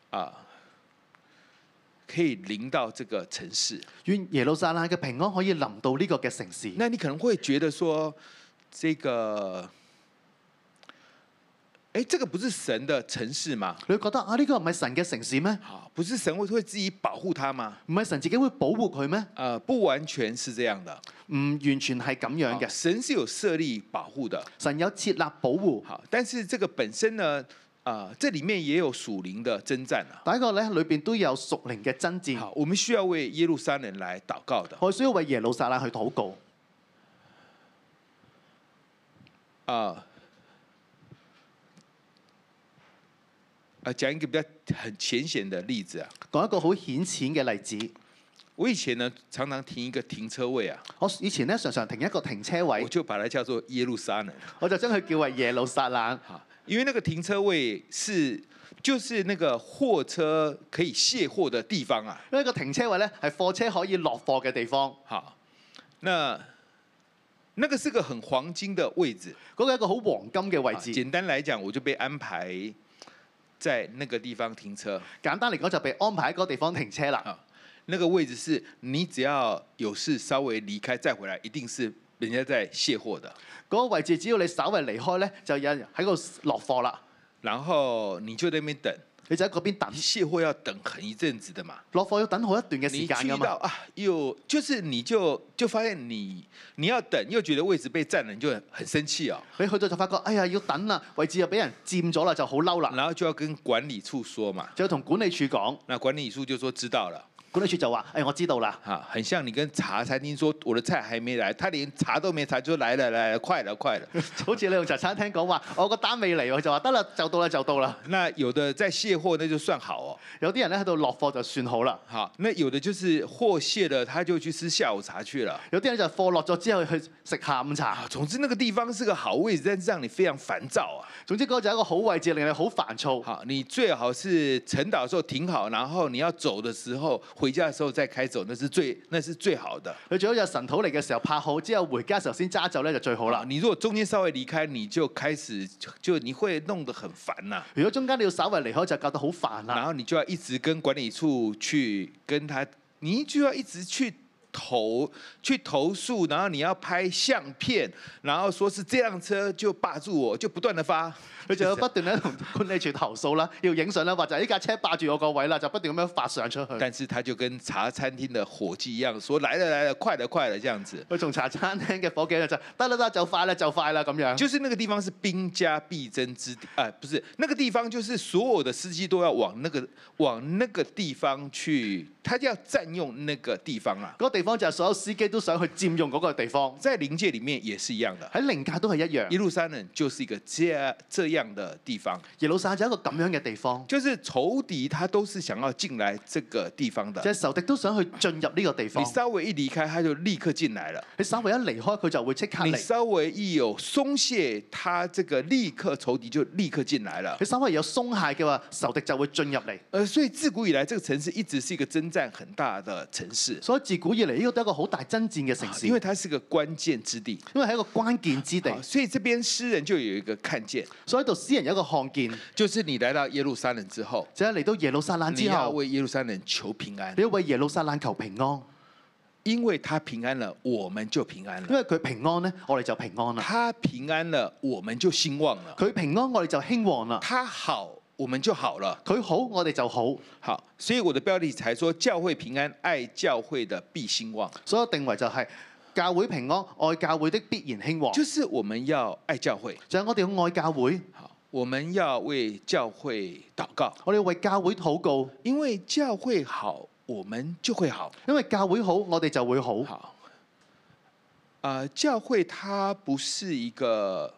Speaker 2: 啊、可以临到这个城市。
Speaker 3: 願耶路撒冷嘅平安可以臨到呢個嘅城市。
Speaker 2: 那你可能会觉得说，这个，哎、哎，这个不是神的城市吗？
Speaker 3: 你會覺得啊呢、個唔係神嘅城市咩？
Speaker 2: 好，不是神会会自己保护他吗？
Speaker 3: 唔係神自己會保護佢咩？
Speaker 2: 呃，不完全是这样的。
Speaker 3: 唔完全係咁樣
Speaker 2: 好
Speaker 3: 嘅，
Speaker 2: 神是有设立保护的。
Speaker 3: 神有設立保護。
Speaker 2: 好，但是这个本身呢，啊、这里面也有属灵的征战啊。
Speaker 3: 第一個咧，裏邊都有屬靈嘅爭戰，
Speaker 2: 好，我们需要为耶路撒冷来祷告的。
Speaker 3: 我需要為耶路撒冷去禱告。
Speaker 2: 啊、啊、讲一个比较很浅显的例子啊，
Speaker 3: 講一個好顯淺嘅例子，
Speaker 2: 我以前呢常常停一个停车位啊，
Speaker 3: 我以前咧常常停一個停車
Speaker 2: 我
Speaker 3: 位，
Speaker 2: 就把它叫做耶路撒冷，
Speaker 3: 我就將佢叫為耶路撒冷，
Speaker 2: 哈，因为那个停车位是就是那个货车可以卸货的地方啊，
Speaker 3: 因為個停車位咧係貨車可以落貨嘅地方，
Speaker 2: 好，那那个是个很黄金的位置，
Speaker 3: 嗰、個係一個好黃金嘅位
Speaker 2: 啊
Speaker 3: 置。
Speaker 2: 简单来讲，我就被安排在那个地方停车
Speaker 3: 簡單嚟講就被安排喺嗰個地方停車啦。
Speaker 2: 啊。那个位置是你只要有事稍微离开再回来，一定是人家在卸货的。
Speaker 3: 嗰、個位置只要你稍為離開咧，就有人喺度落貨啦。
Speaker 2: 然后你就在那边等，
Speaker 3: 你就喺嗰
Speaker 2: *laughs*
Speaker 3: 邊等
Speaker 2: 卸货要等很一阵子的嘛。
Speaker 3: 落貨，要等好一段嘅時
Speaker 2: 你
Speaker 3: 間
Speaker 2: 去
Speaker 3: 㗎
Speaker 2: 到
Speaker 3: 嘛。
Speaker 2: 啊，又就是你就就发现你你要等，又觉得位置被占了，你就很很生气哦，
Speaker 3: 你去到就發覺，哎呀要等啦，位置又俾人佔咗啦，就好嬲啦，
Speaker 2: 然后就要跟管理处说嘛。
Speaker 3: 就要同管理處講。
Speaker 2: 那管理处就说知道了，
Speaker 3: 管理處就話：，誒、我知道啦， *laughs*
Speaker 2: 哈、很像你跟茶餐厅说我的菜还没来，他连茶都没茶就来了来了，快了快了。 *laughs*
Speaker 3: 好似你同茶餐廳講話，我個單未嚟喎，就話得啦，就到啦，就到啦。
Speaker 2: 那有的在卸货，那就算好哦。
Speaker 3: 有啲人咧喺度落貨就算好啦，
Speaker 2: 好，那有的就是货卸了，他就去吃下午茶去了。
Speaker 3: 有啲人就貨落咗之後去食下午茶。
Speaker 2: 啊，总之那个地方是个好位置，但是让你非常烦躁啊。
Speaker 3: 總之嗰個就係一個好位置，令你好煩躁。
Speaker 2: 好，你最好是晨祷的时候停好，然后你要走的时候，回家的时候再开走，那是最那是最好的。
Speaker 3: 你最好就神土嚟嘅時候拍好，之後回家嘅時候先揸走咧就最好
Speaker 2: 好
Speaker 3: 啦
Speaker 2: 了，。你如果中间稍微离开，你就开始就就你会弄得很烦呐、
Speaker 3: 如果中間你要稍微離開，就搞得好煩
Speaker 2: 然
Speaker 3: 啦。
Speaker 2: 后你就要一直跟管理处去跟他，你就要一直去投去投诉，然后你要拍相片，然后说是这辆车就霸住我，就不断的发，
Speaker 3: 你就要不斷咧同管理處投訴啦，要影相啦，或者呢架車霸住我個位啦，就不斷咁樣發相出去。
Speaker 2: 但是他就跟茶餐厅的伙计一样，说来了来了，快了快了这样子。
Speaker 3: 佢從茶餐廳嘅伙計咧就得啦得啦，就快啦就快啦咁樣。
Speaker 2: 就是那个地方是兵家必争之地，啊、不是那个地方，就是所有的司机都要往那个往那个地方去，他就要占用那个地方啊。
Speaker 3: 嗰個地方就係所有司機都想去佔用嗰個地方，
Speaker 2: 在靈界里面也是一样的，
Speaker 3: 喺靈界都係一
Speaker 2: 耶
Speaker 3: 樣。
Speaker 2: 路撒冷就是一個这这样的地方，
Speaker 3: 耶路撒冷就係一個咁樣嘅地方，
Speaker 2: 就是仇敌他都是想要进来这个地方
Speaker 3: 就
Speaker 2: 的。
Speaker 3: 係仇敵都想去進入呢個地
Speaker 2: 你
Speaker 3: 方。
Speaker 2: 稍微一離開，他就立刻進來了；
Speaker 3: 你稍微一離開，佢就會即刻
Speaker 2: 你
Speaker 3: 嚟。
Speaker 2: 稍微一有松懈，他這個立刻仇敵就立刻進來了。
Speaker 3: 你稍微有鬆懈嘅話，仇敵就會進入嚟。
Speaker 2: 呃，所以自古以來，這個城市一直是一個征戰很大的城市，
Speaker 3: 所以自古以嚟，呢個都係一個好大爭戰嘅城市，
Speaker 2: 因為它是個關鍵之地。
Speaker 3: 因為係一個關鍵之
Speaker 2: 好
Speaker 3: 地。
Speaker 2: 所以這邊詩人就有一個看見，
Speaker 3: 所以度詩人有一個看見，
Speaker 2: 就是你來到耶路撒冷之後，
Speaker 3: 就係嚟到耶路撒冷
Speaker 2: 你
Speaker 3: 啊之
Speaker 2: 要
Speaker 3: 後，
Speaker 2: 為耶路撒冷求平安
Speaker 3: 你。要為耶路撒冷求平安，
Speaker 2: 因为他平安了，我们就平安
Speaker 3: 因
Speaker 2: 了；
Speaker 3: 為佢平安呢，我哋就平安啦。
Speaker 2: 他平安了，我们就兴旺了；
Speaker 3: 佢平安，我哋就興旺啦。
Speaker 2: 他好，我们就好了。
Speaker 3: 佢好，我哋就好。
Speaker 2: 好，所以我的标题才说教会平安，爱教会的必兴旺，
Speaker 3: 所以我定為就係、教會平安，愛教會的必然興旺。就
Speaker 2: 就是我们要愛教会，
Speaker 3: 係我哋要愛教會，
Speaker 2: 好，我们要为教会祷告，
Speaker 3: 我哋要為教會禱告，
Speaker 2: 因为教会好，我们就会好。
Speaker 3: 因為教會好，我哋就會好。
Speaker 2: 好，呃，教会它不是一个，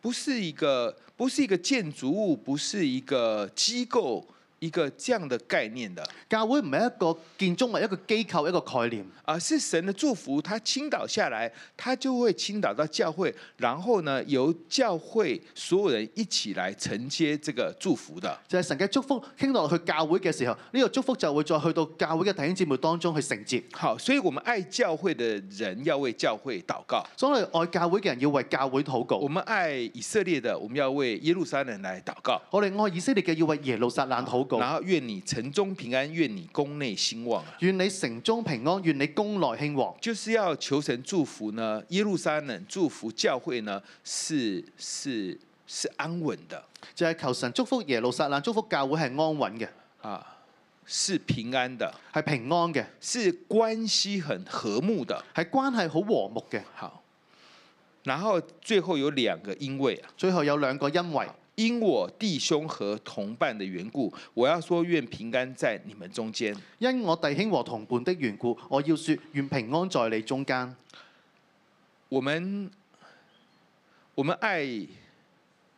Speaker 2: 不是一个，不是一个建筑物，不是一个机构，一个这样的概念的，
Speaker 3: 教會唔係一個建築物、一個機構、一個概念，
Speaker 2: 而、啊是神的祝福，它倾倒下来，它就会倾倒到教会，然后呢，由教会所有人一起来承接这个祝福的。
Speaker 3: 就係、神嘅祝福傾落去教會嘅時候，呢、個祝福就會再去到教會嘅弟兄姊妹當中去承接。
Speaker 2: 好，所以我们爱教会的人要为教会祷告，
Speaker 3: 所以愛教會嘅人要為教會禱
Speaker 2: 我
Speaker 3: 告，
Speaker 2: 们爱以色列的，我们要为耶路撒冷来祷告。
Speaker 3: 我哋愛以色列嘅要為耶路撒冷禱告。
Speaker 2: 然后愿你城中平安，愿你宫内兴旺啊！
Speaker 3: 願你城中平安，願你宮內興旺。
Speaker 2: 就是要求神祝福呢，耶路撒冷祝福教会呢，是是是安稳的
Speaker 3: 就係求神祝福耶路撒冷，祝福教會係安穩嘅，
Speaker 2: 啊，是平安的，
Speaker 3: 係平安嘅，
Speaker 2: 是关系很和睦的。
Speaker 3: 係關係好和睦嘅。
Speaker 2: 好，然后最後有兩個因為啊，
Speaker 3: 最後有兩個因為，
Speaker 2: 因我弟兄和同伴的緣故，我要說願平安在你們中間。
Speaker 3: 因我弟兄和同伴的緣故，我要說願平安在你中間。
Speaker 2: 我們我們愛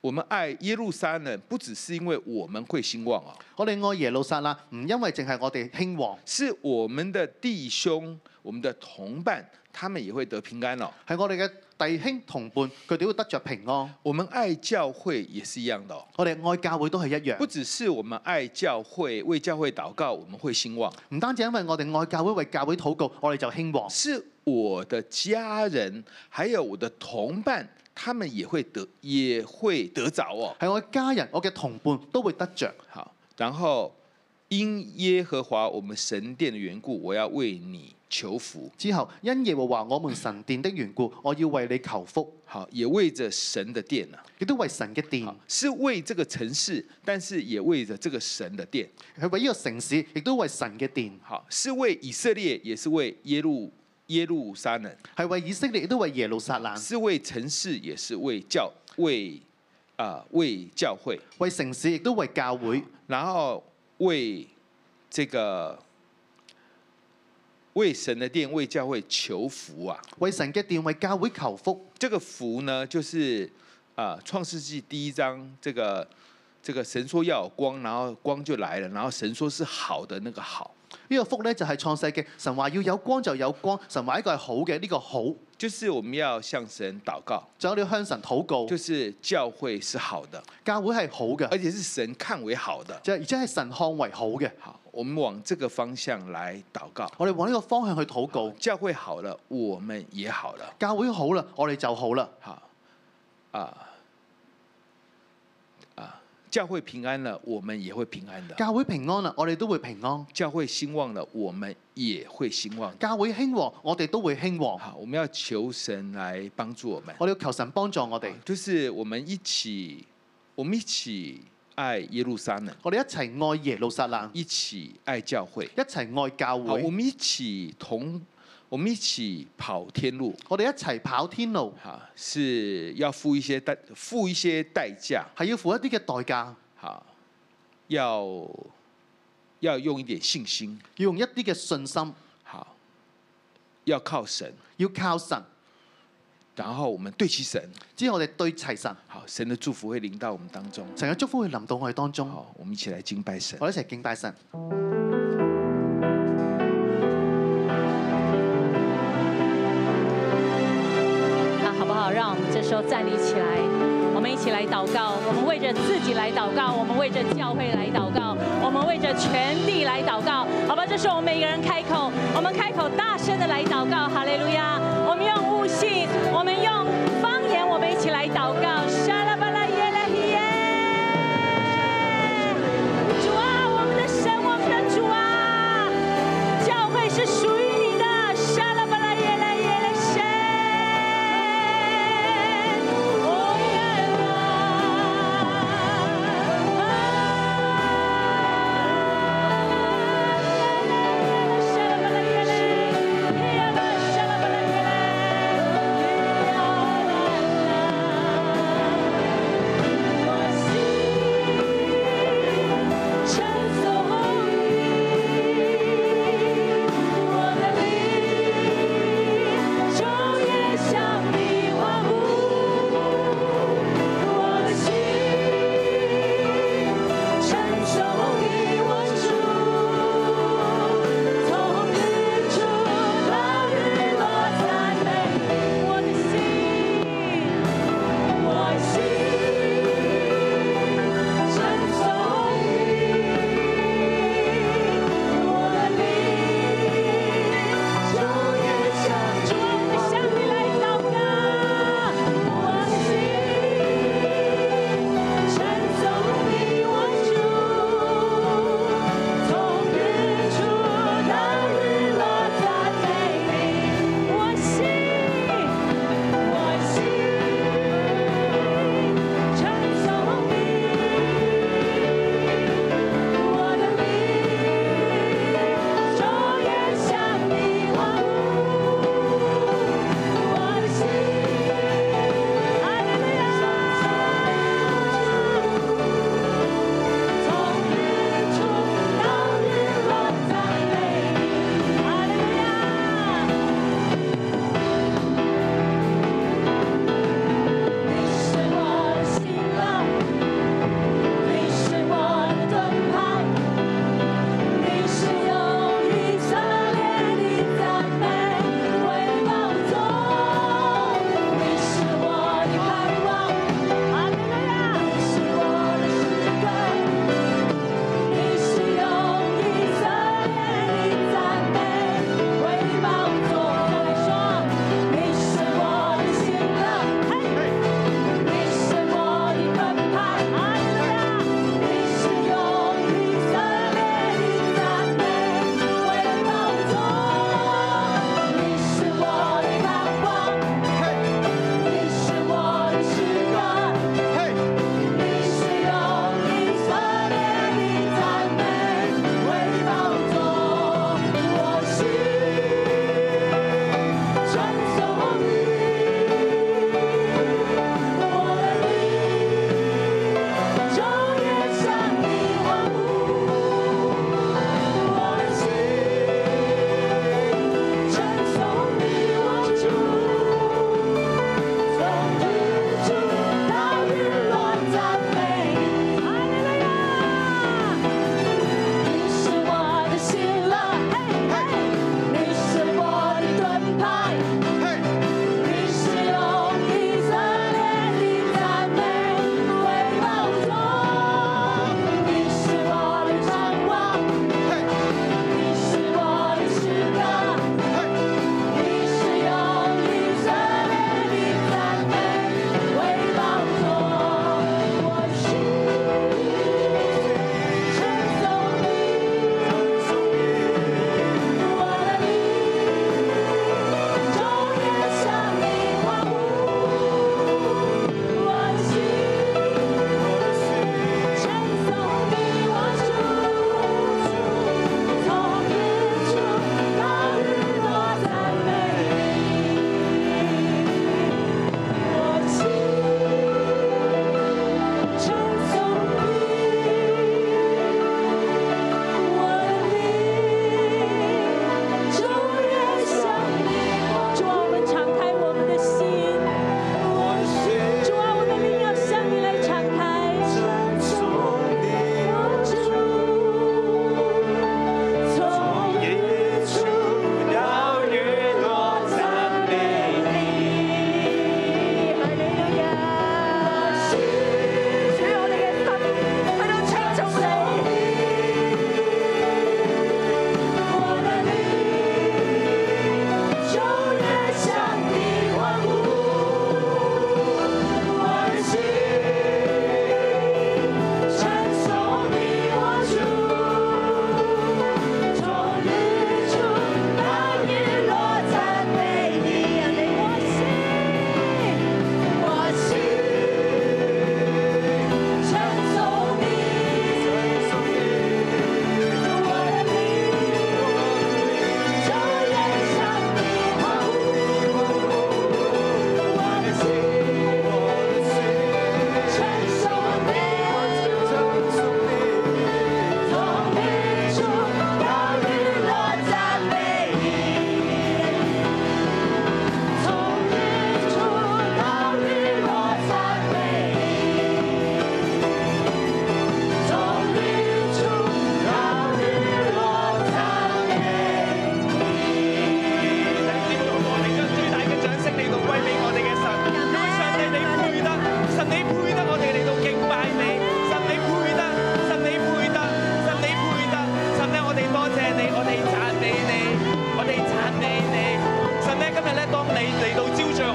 Speaker 2: 我們愛耶路撒冷，不只是因為我們會興旺啊，
Speaker 3: 我哋愛耶路撒冷，唔因為淨係我哋興旺，
Speaker 2: 是我們的弟兄、我們的同伴，他們也會得平安哦。
Speaker 3: 係我哋嘅弟兄同伴，佢哋會得着平安。
Speaker 2: 我們愛教會也是一樣的哦，
Speaker 3: 我哋愛教會都係一
Speaker 2: 不
Speaker 3: 樣，
Speaker 2: 只是我們愛教會、為教會禱告，我們會興旺。
Speaker 3: 唔單止因為我哋愛教會為教會禱告，我哋就興旺。
Speaker 2: 是我的家人，还有我的同伴，他们也会得也会得着哦。
Speaker 3: 係我嘅家人、我嘅同伴都會得着。
Speaker 2: 好，然后因耶和华我们神殿的缘故，我要为你求福。
Speaker 3: 之後因耶和華我們神殿的緣故，我要為你求福，
Speaker 2: 好，也为着神的殿呢、
Speaker 3: 亦都為神嘅殿，
Speaker 2: 啊，是为这个城市，但是也为着这个神的殿。
Speaker 3: 係為呢個城市，亦都為神嘅殿，
Speaker 2: 好，是为以色列，也是为耶路耶路撒冷，
Speaker 3: 係為以色列，亦都為耶路撒冷，
Speaker 2: 是为城市，也是为教为啊、为教会。
Speaker 3: 為城市，亦都為教會，
Speaker 2: 然后为这个为神的殿、为教会求福啊。
Speaker 3: 為神嘅殿，為教會求福。
Speaker 2: 这个福呢，就是啊，创世纪》第一章这个这个神说要有光，然后光就来了，然后神说是好的那个好，
Speaker 3: 呢、個福呢，就係、創世嘅神話要有光就有光，神話一個係好嘅，呢、個好
Speaker 2: 就是我们要向神祷告，
Speaker 3: 就我哋要向神禱告，
Speaker 2: 就是教会是好的，
Speaker 3: 教會係好嘅
Speaker 2: 而，且是神看为好的。
Speaker 3: 就而且係神看為好嘅。
Speaker 2: 好，我们往这个方向来祷告，
Speaker 3: 我哋往呢個方向去禱告，
Speaker 2: 教会好了，我们也好了。
Speaker 3: 教會好啦，我哋就好啦。
Speaker 2: 好，啊啊，教会平安了，我们也会平安的；
Speaker 3: 教會平安啦，我哋都會平安。
Speaker 2: 教会兴旺了，我们也会兴旺的。
Speaker 3: 教會興旺，我哋都會興旺。
Speaker 2: 好，我们要求神来帮助我们，啊
Speaker 3: 我哋要求神幫助我哋，
Speaker 2: 就是我们一起，我们一起爱耶路撒冷，
Speaker 3: 我哋一齊愛耶路撒冷，
Speaker 2: 一起爱教会。
Speaker 3: 一齊愛教
Speaker 2: 好，我
Speaker 3: 會，
Speaker 2: 们一起同，我们一起跑天路。
Speaker 3: 我哋一齊跑天路，
Speaker 2: 好，是要付一些代付一些代价。
Speaker 3: 係要付一啲嘅代價，要
Speaker 2: 好，要要用一点信心。
Speaker 3: 用一啲嘅信心，
Speaker 2: 好，要靠神，
Speaker 3: 要靠神。
Speaker 2: 然后我们对齐神，
Speaker 3: 之後我哋對齊神，
Speaker 2: 好，神的祝福會臨到我們當中。
Speaker 3: 神嘅祝福會臨到我哋當中，
Speaker 2: 好，我們一起來敬拜神。
Speaker 3: 我哋一齊敬拜神。
Speaker 4: 那好不好？让我们这时候站立起来，我们一起来祷告，我们为着自己来祷告，我们为着教会来祷告，我们为着全地来祷告，好吧？这时候我们每个人开口，我们开口大声的来祷告，哈利路亚！我们用悟性，我们用方言，我们一起来祷告，沙拉巴拉耶拉希耶。主啊，我们的神，我们的主啊，教会是属于你的。沙拉巴拉耶拉耶拉神，我愿望。沙拉巴拉耶拉耶拉，沙拉巴拉耶拉耶拉。啊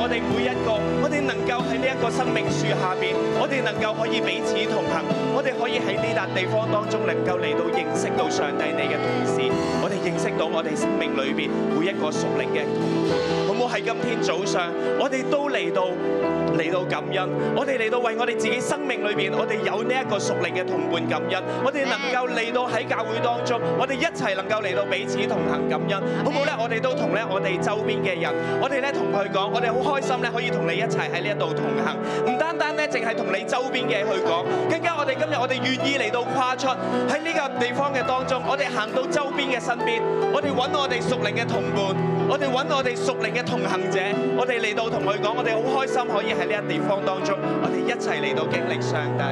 Speaker 5: 哋每一個，我哋能夠喺呢一個生命樹下邊，我哋能夠可以彼此同行，我哋可以喺呢笪地方當中能夠嚟到認識到上帝你嘅同時，我哋認識到我哋生命裏邊每一個屬靈嘅同伴，好唔好？喺今天早上，我哋都嚟到嚟到感恩，我哋嚟到為我哋自己生命裏邊，我哋有呢一個屬靈嘅同伴感恩，我哋能夠嚟到喺教會當中，我哋一齊能夠嚟到彼此同行感恩，好唔好咧？我哋都同咧我哋周邊嘅人，我哋咧同佢講，我哋好開心咧可以同你一齊喺呢一度同行，唔單單咧淨係同你周邊嘅去講，更加我哋今日我哋願意嚟到跨出喺呢個地方嘅當中，我哋行到周邊嘅身邊，我哋揾我哋屬靈嘅同伴，我哋揾我哋屬靈嘅同行者，我哋嚟到同佢講，我哋好開心可以喺呢一地方當中，我哋一齊嚟到經歷上帝。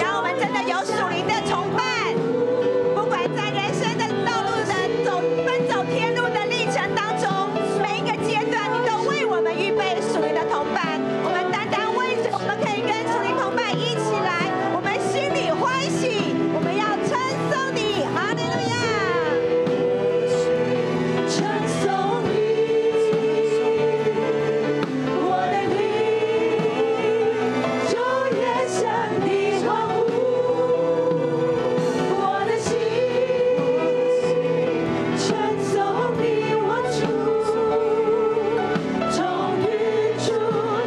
Speaker 6: 让我们真的有属灵的崇拜，不管在人生的道路的走奔走天路的历程当中，每一个阶段，你都为我们预备属灵的同伴。我们单单为我们可以跟属灵同伴一起来，我们心里欢喜，我们要称颂你，哈利路亚。
Speaker 4: 唱颂你，我的灵昼夜向你欢呼，我的心唱颂你，我主，从日出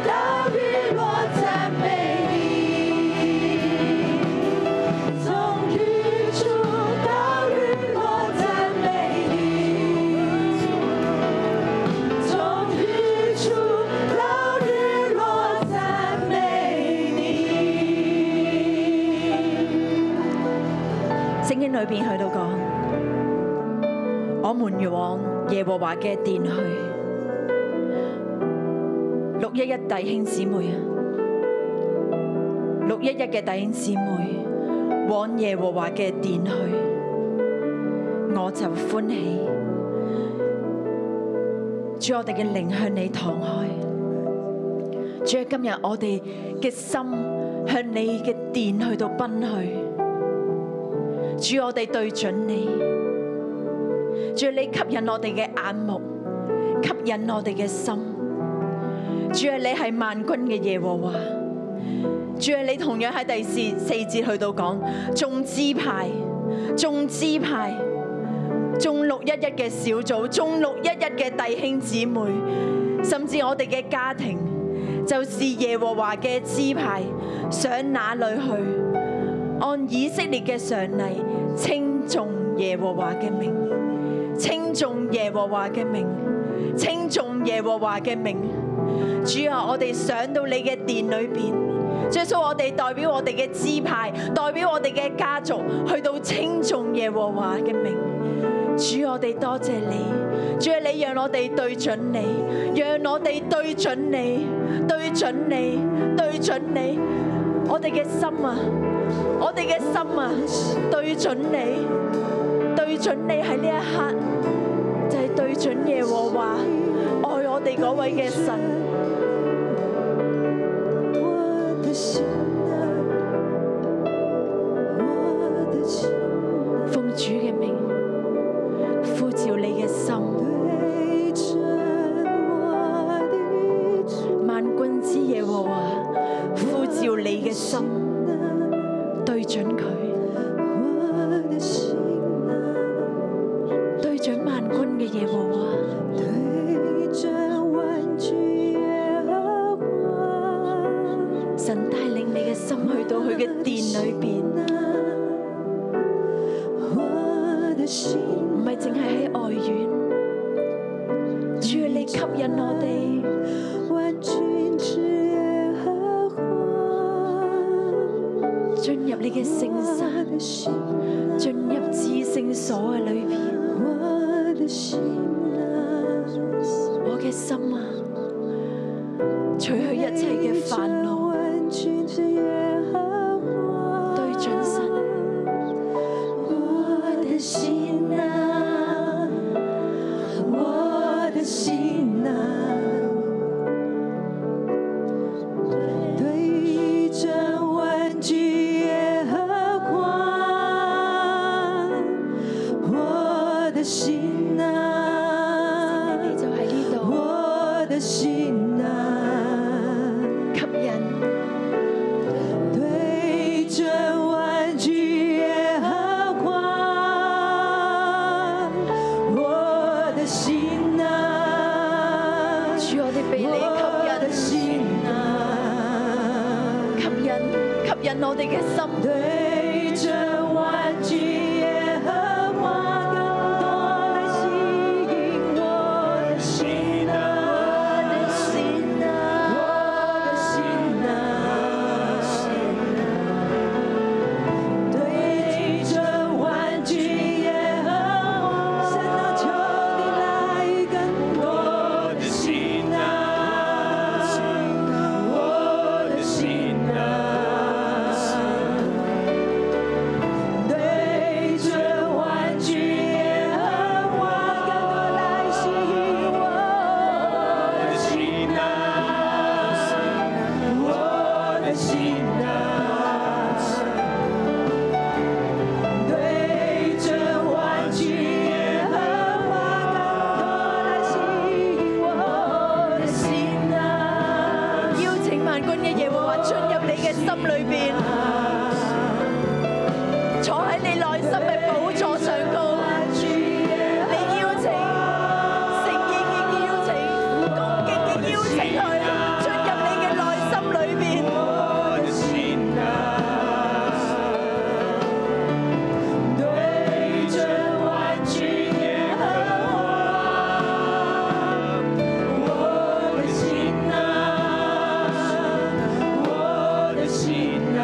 Speaker 4: 到日落赞美你。从日出到日落，赞美你；从日出到日落，赞美你。
Speaker 7: 聖經裏邊去到講，我們往耶和華嘅殿去。六一一弟兄姊妹啊，六一一嘅弟兄姊妹，往耶和華嘅殿去，我就歡喜。主，我哋嘅靈向你敞開。主，今日我哋嘅心向你嘅殿去到奔去。主，我哋對準你，主你吸引我哋嘅眼目，吸引我哋嘅心，主啊，你係萬軍嘅耶和華，主啊，你同樣喺第四四節去到講，眾支派，眾支派。中六一一嘅小組，中六一一嘅弟兄姊妹，甚至我哋嘅家庭，就是耶和華嘅支派，上哪裏去？按以色列嘅常例，稱頌耶和華嘅名，稱頌耶和華嘅名，稱頌耶和華嘅名。主啊，我哋上到你嘅殿裏邊，最數我哋代表我哋嘅支派，代表我哋嘅家族，去到稱頌耶和華嘅名。主，我哋多謝你，主啊，你讓我哋對準你，讓我哋對準你，對準你，對準你，我哋嘅心啊！我哋嘅心啊，對準你，對準你喺呢一刻，就係、對準耶和華愛我哋嗰位嘅神。
Speaker 4: 我的心啊，我的心
Speaker 7: 奉主嘅名，呼召你嘅心，
Speaker 4: 对着我的主
Speaker 7: 萬軍之耶和華，呼召你嘅心，
Speaker 4: 啊，
Speaker 7: 對準佢，
Speaker 4: 我的心啊。
Speaker 7: 對準萬軍嘅耶和華，
Speaker 4: 对着万军耶和华，
Speaker 7: 神帶領你嘅心去到佢嘅殿裏邊，
Speaker 4: 我的心
Speaker 7: 唔係淨係喺外院。主啊，你吸引我哋。
Speaker 4: 万军之耶和华，
Speaker 7: 进入你嘅圣
Speaker 4: 我
Speaker 7: 山，
Speaker 4: 的心
Speaker 7: 进入至圣所嘅里边。
Speaker 4: 我的心啊，
Speaker 7: 我嘅心啊，除去一切
Speaker 4: 对
Speaker 7: 嘅
Speaker 4: 着
Speaker 7: 烦恼，
Speaker 4: 万军之耶和华，
Speaker 7: 对准神
Speaker 4: 我的心啊，我的心啊，啊啊啊
Speaker 7: 我哋嘅心，
Speaker 4: 啊对着万军耶和华更多来吸引我的心呐，我的心呐，啊我的心啊呐，对着万军耶和华，神啊，求你来更多的心呐，我的心啊呐。啊对着玩具也和我更多来吸引我的心呐，啊我的心啊呐。对着玩具也和我更多来吸引我的心呐。
Speaker 7: 邀請萬軍嘅耶和華進入你嘅心裏邊，坐喺你內心嘅寶座上高。你邀請，誠意嘅邀請，恭敬嘅邀請佢進入你嘅內心裏邊。
Speaker 4: 啊对着玩具也和我，我的心啊，我的心啊，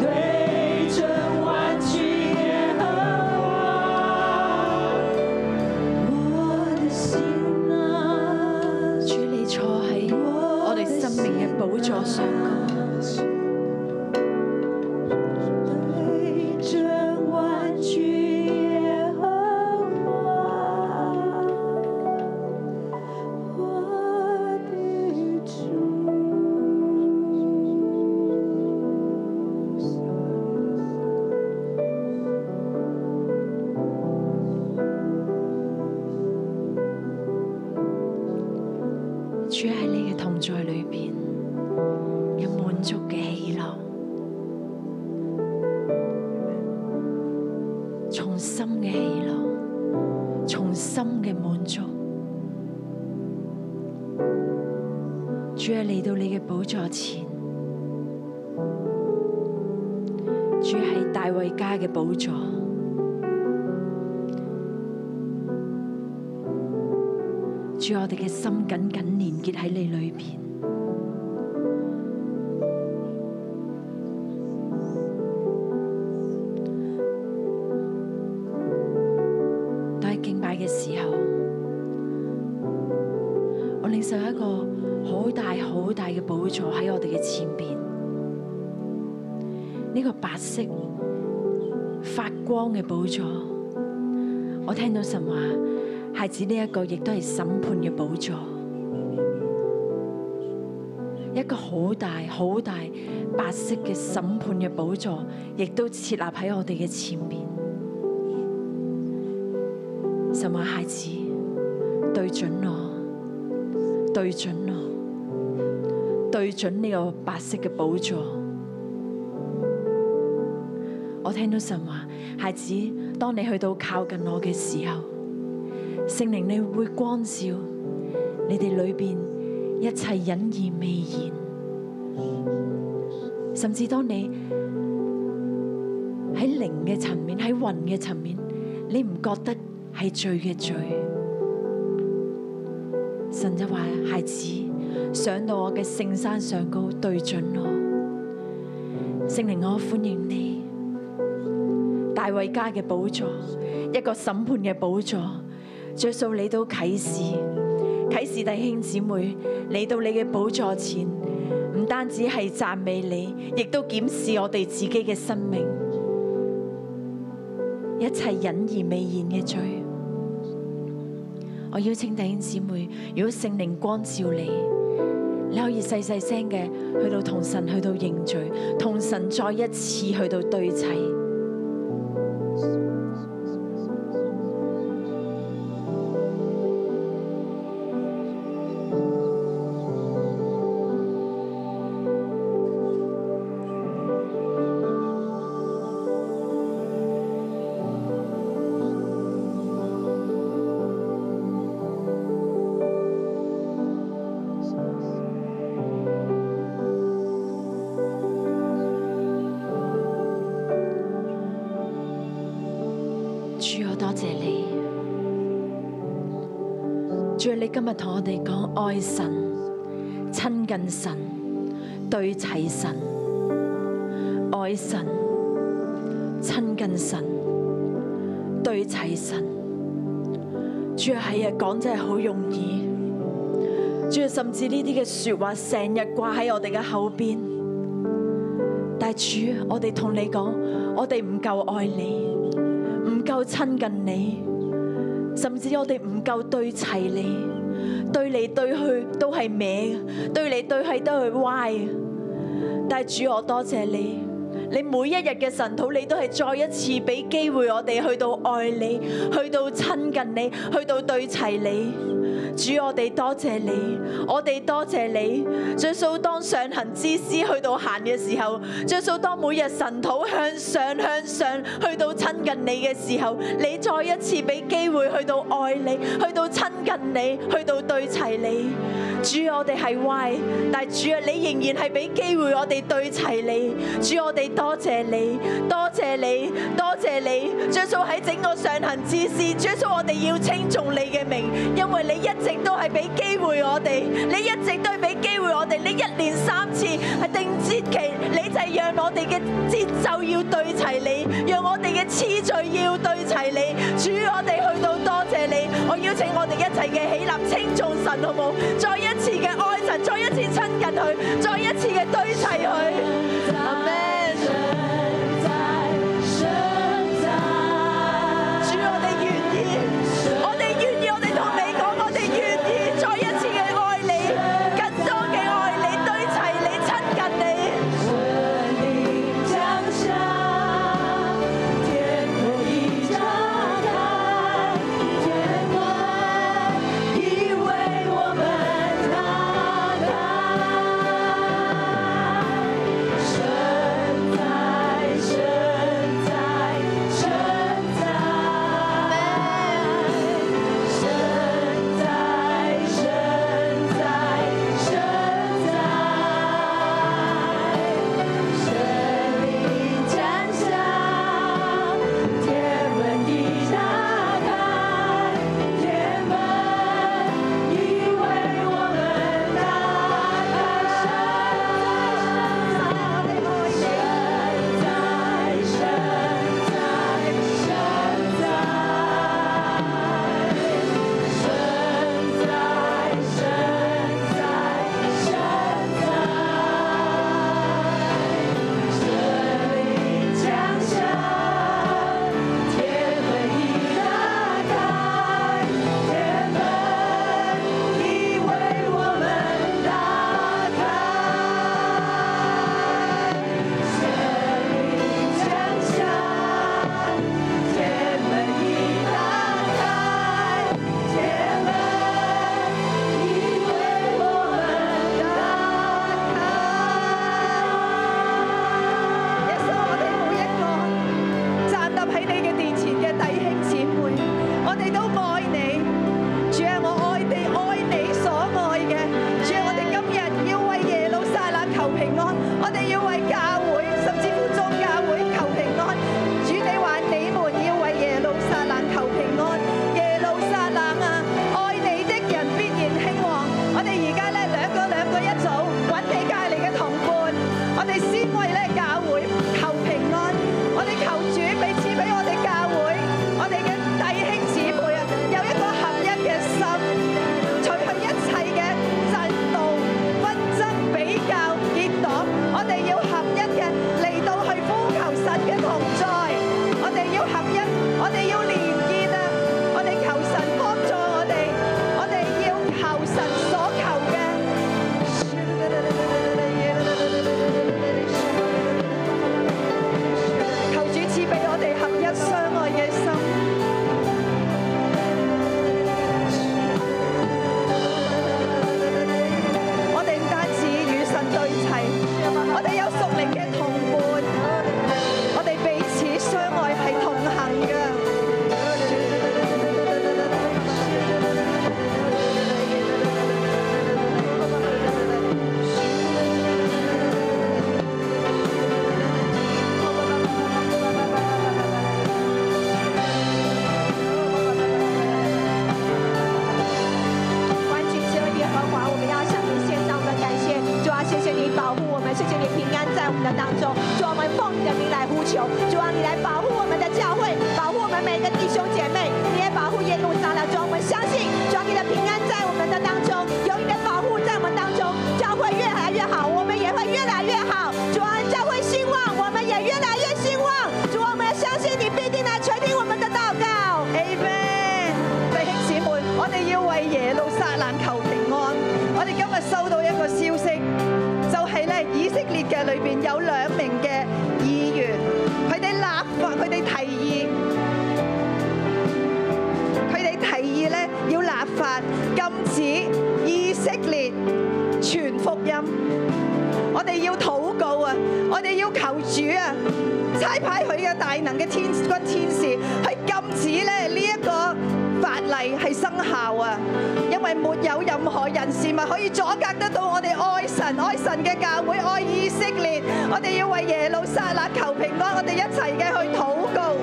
Speaker 4: 对着玩具也和我，我的心啊，
Speaker 7: 主你坐喺我哋生命嘅寶座上高，
Speaker 4: 对着玩具也和我，我的主。
Speaker 7: 主喺你嘅同在裏邊有滿足嘅喜樂，從心嘅喜樂，從心嘅滿足。主係嚟到你嘅寶座前，主係大衛家嘅寶座。主，啊我哋嘅心緊緊連結喺你裏邊。當喺敬拜嘅時候，我領受一個好大好大嘅寶座喺我哋嘅前邊。呢、個白色發光嘅寶座，我聽到神話。孩子呢一個亦都係審判嘅寶座，一個好大好大白色嘅審判嘅寶座，亦都設立喺我哋嘅前面。神話孩子對準我，對準我，對準呢個白色嘅寶座。我聽到神話，孩子，當你去到靠近我嘅時候。聖靈你會光照你哋裏邊一切隱而未言，甚至當你喺靈嘅層面、喺魂嘅層面，你唔覺得係罪嘅罪。神就話：孩子，上到我嘅聖山上高，對準我。聖靈，我歡迎你。大衛家嘅寶座，一個審判嘅寶座，着數你都啟示，啟示弟兄姊妹嚟到你嘅寶座前，唔單止係讚美你，亦都檢視我哋自己嘅生命，一切隱而未言嘅罪。我邀請弟兄姊妹，如果聖靈光照你，你可以細細聲嘅去到同神去到認罪，同神再一次去到對齊。
Speaker 4: 我
Speaker 7: 啊，多謝你。主啊，你今日同我哋講愛神、親近神、對齊神、愛神、親近神、對齊神。主啊，係啊，講真係好容易。主啊，甚至呢啲嘅说話成日掛喺我哋嘅口邊。但係主啊，我哋同你講，我哋唔夠愛你。唔夠親近你，甚至我哋唔夠對齊你，對嚟對去都係歪嘅，對嚟對去都係歪嘅。但係主，我多謝你。你每一日嘅神土，你都係再一次俾機會我哋去到愛你，去到親近你，去到對齊你。主，我哋多謝你，我哋多謝你。最數當上行之師去到行嘅時候，最數當每日神土向上向上去到親近你嘅時候，你再一次俾機會去到愛你，去到親近你，去到對齊你。主，我哋係歪，但係主啊，你仍然係俾機會我哋對齊你。主，我哋多謝你，多謝你，多謝你。主數喺整個上行之事，主數我哋要稱重你嘅名，因為你一直都係俾機會我哋，你一直都係俾機會我哋，你一年三次係定節期，你就係讓我哋嘅節奏要對齊你，讓我哋嘅次序要對齊你。主，我哋去到多謝你，我邀請我哋一齊嘅起立稱重神，好冇？再一次嘅愛神，再一次親近佢，再一次嘅對齊佢。阿門。主，我哋願意，我哋願意，我哋同你講，我哋願意再一次嘅愛你，更多嘅愛你，堆齊你，親近你。
Speaker 4: 我啊
Speaker 8: 啊啊
Speaker 4: 啊
Speaker 8: 求，主啊，你来保护我们的教会，保护我们每个弟兄姐妹，你也保护耶路撒冷。主啊，我们相信，主啊，你的平安在我们的当中，有你的保护在我们当中，教会越来越好，我们也会越来越好。主啊，教会兴旺，我们也越来越兴旺。主啊，我们相信你必定来垂听我们的祷告。
Speaker 7: Amen，弟兄姊妹，我哋要為耶路撒冷求平安。我哋今日收到一個消息，就係咧以色列嘅裏邊有兩名嘅議員，佢哋立法，佢哋提議，佢哋提議咧要立法禁止以色列傳福音。我哋要禱告啊！我哋要求主啊，差派佢嘅大能嘅天軍天使去禁止咧呢一個法例係生效啊！因為沒有任何人事物可以阻隔得到我哋愛神、愛神嘅教會、愛以色列。我哋要為耶路撒冷求平安，我哋一齊嘅去禱告。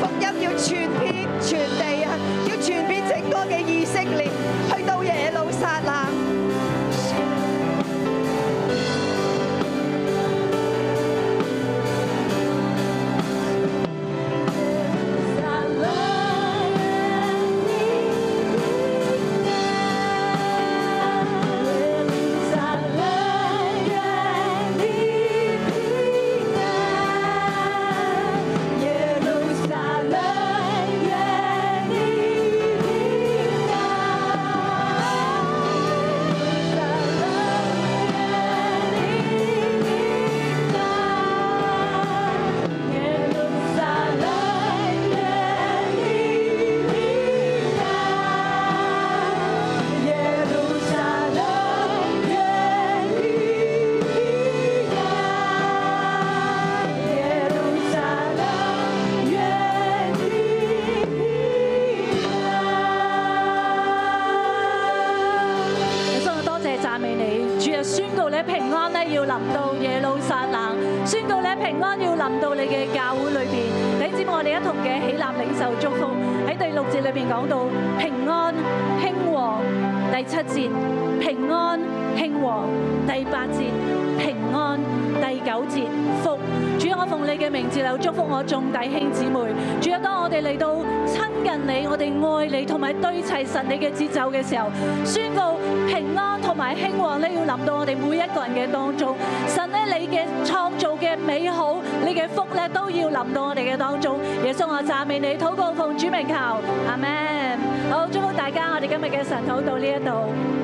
Speaker 7: 福音要傳遍全地啊，要傳遍整個嘅以色列，去到耶路撒冷。
Speaker 4: 耶穌，我多謝讚美你，主啊，宣告你平安咧要臨到耶路撒冷，宣告你平安要臨到你嘅教會裏邊。你知我哋一同嘅起立領受祝福，喺第六節裏邊講到平安興旺，第七節平安興旺，第八節平安，第九節福。主啊，我奉你嘅名字嚟祝福我眾弟兄姊妹。主啊，當我哋嚟到親近你，我哋愛你同埋對齊神你嘅節奏嘅時候，宣告平安同埋興旺咧，要臨到我哋每一個人嘅當中。神咧，你嘅創造嘅美好，你嘅福咧，都要臨到我哋嘅當中。耶穌，我讚美你，禱告奉主名求，阿門。好，祝福大家，我哋今日嘅神禱到呢一度。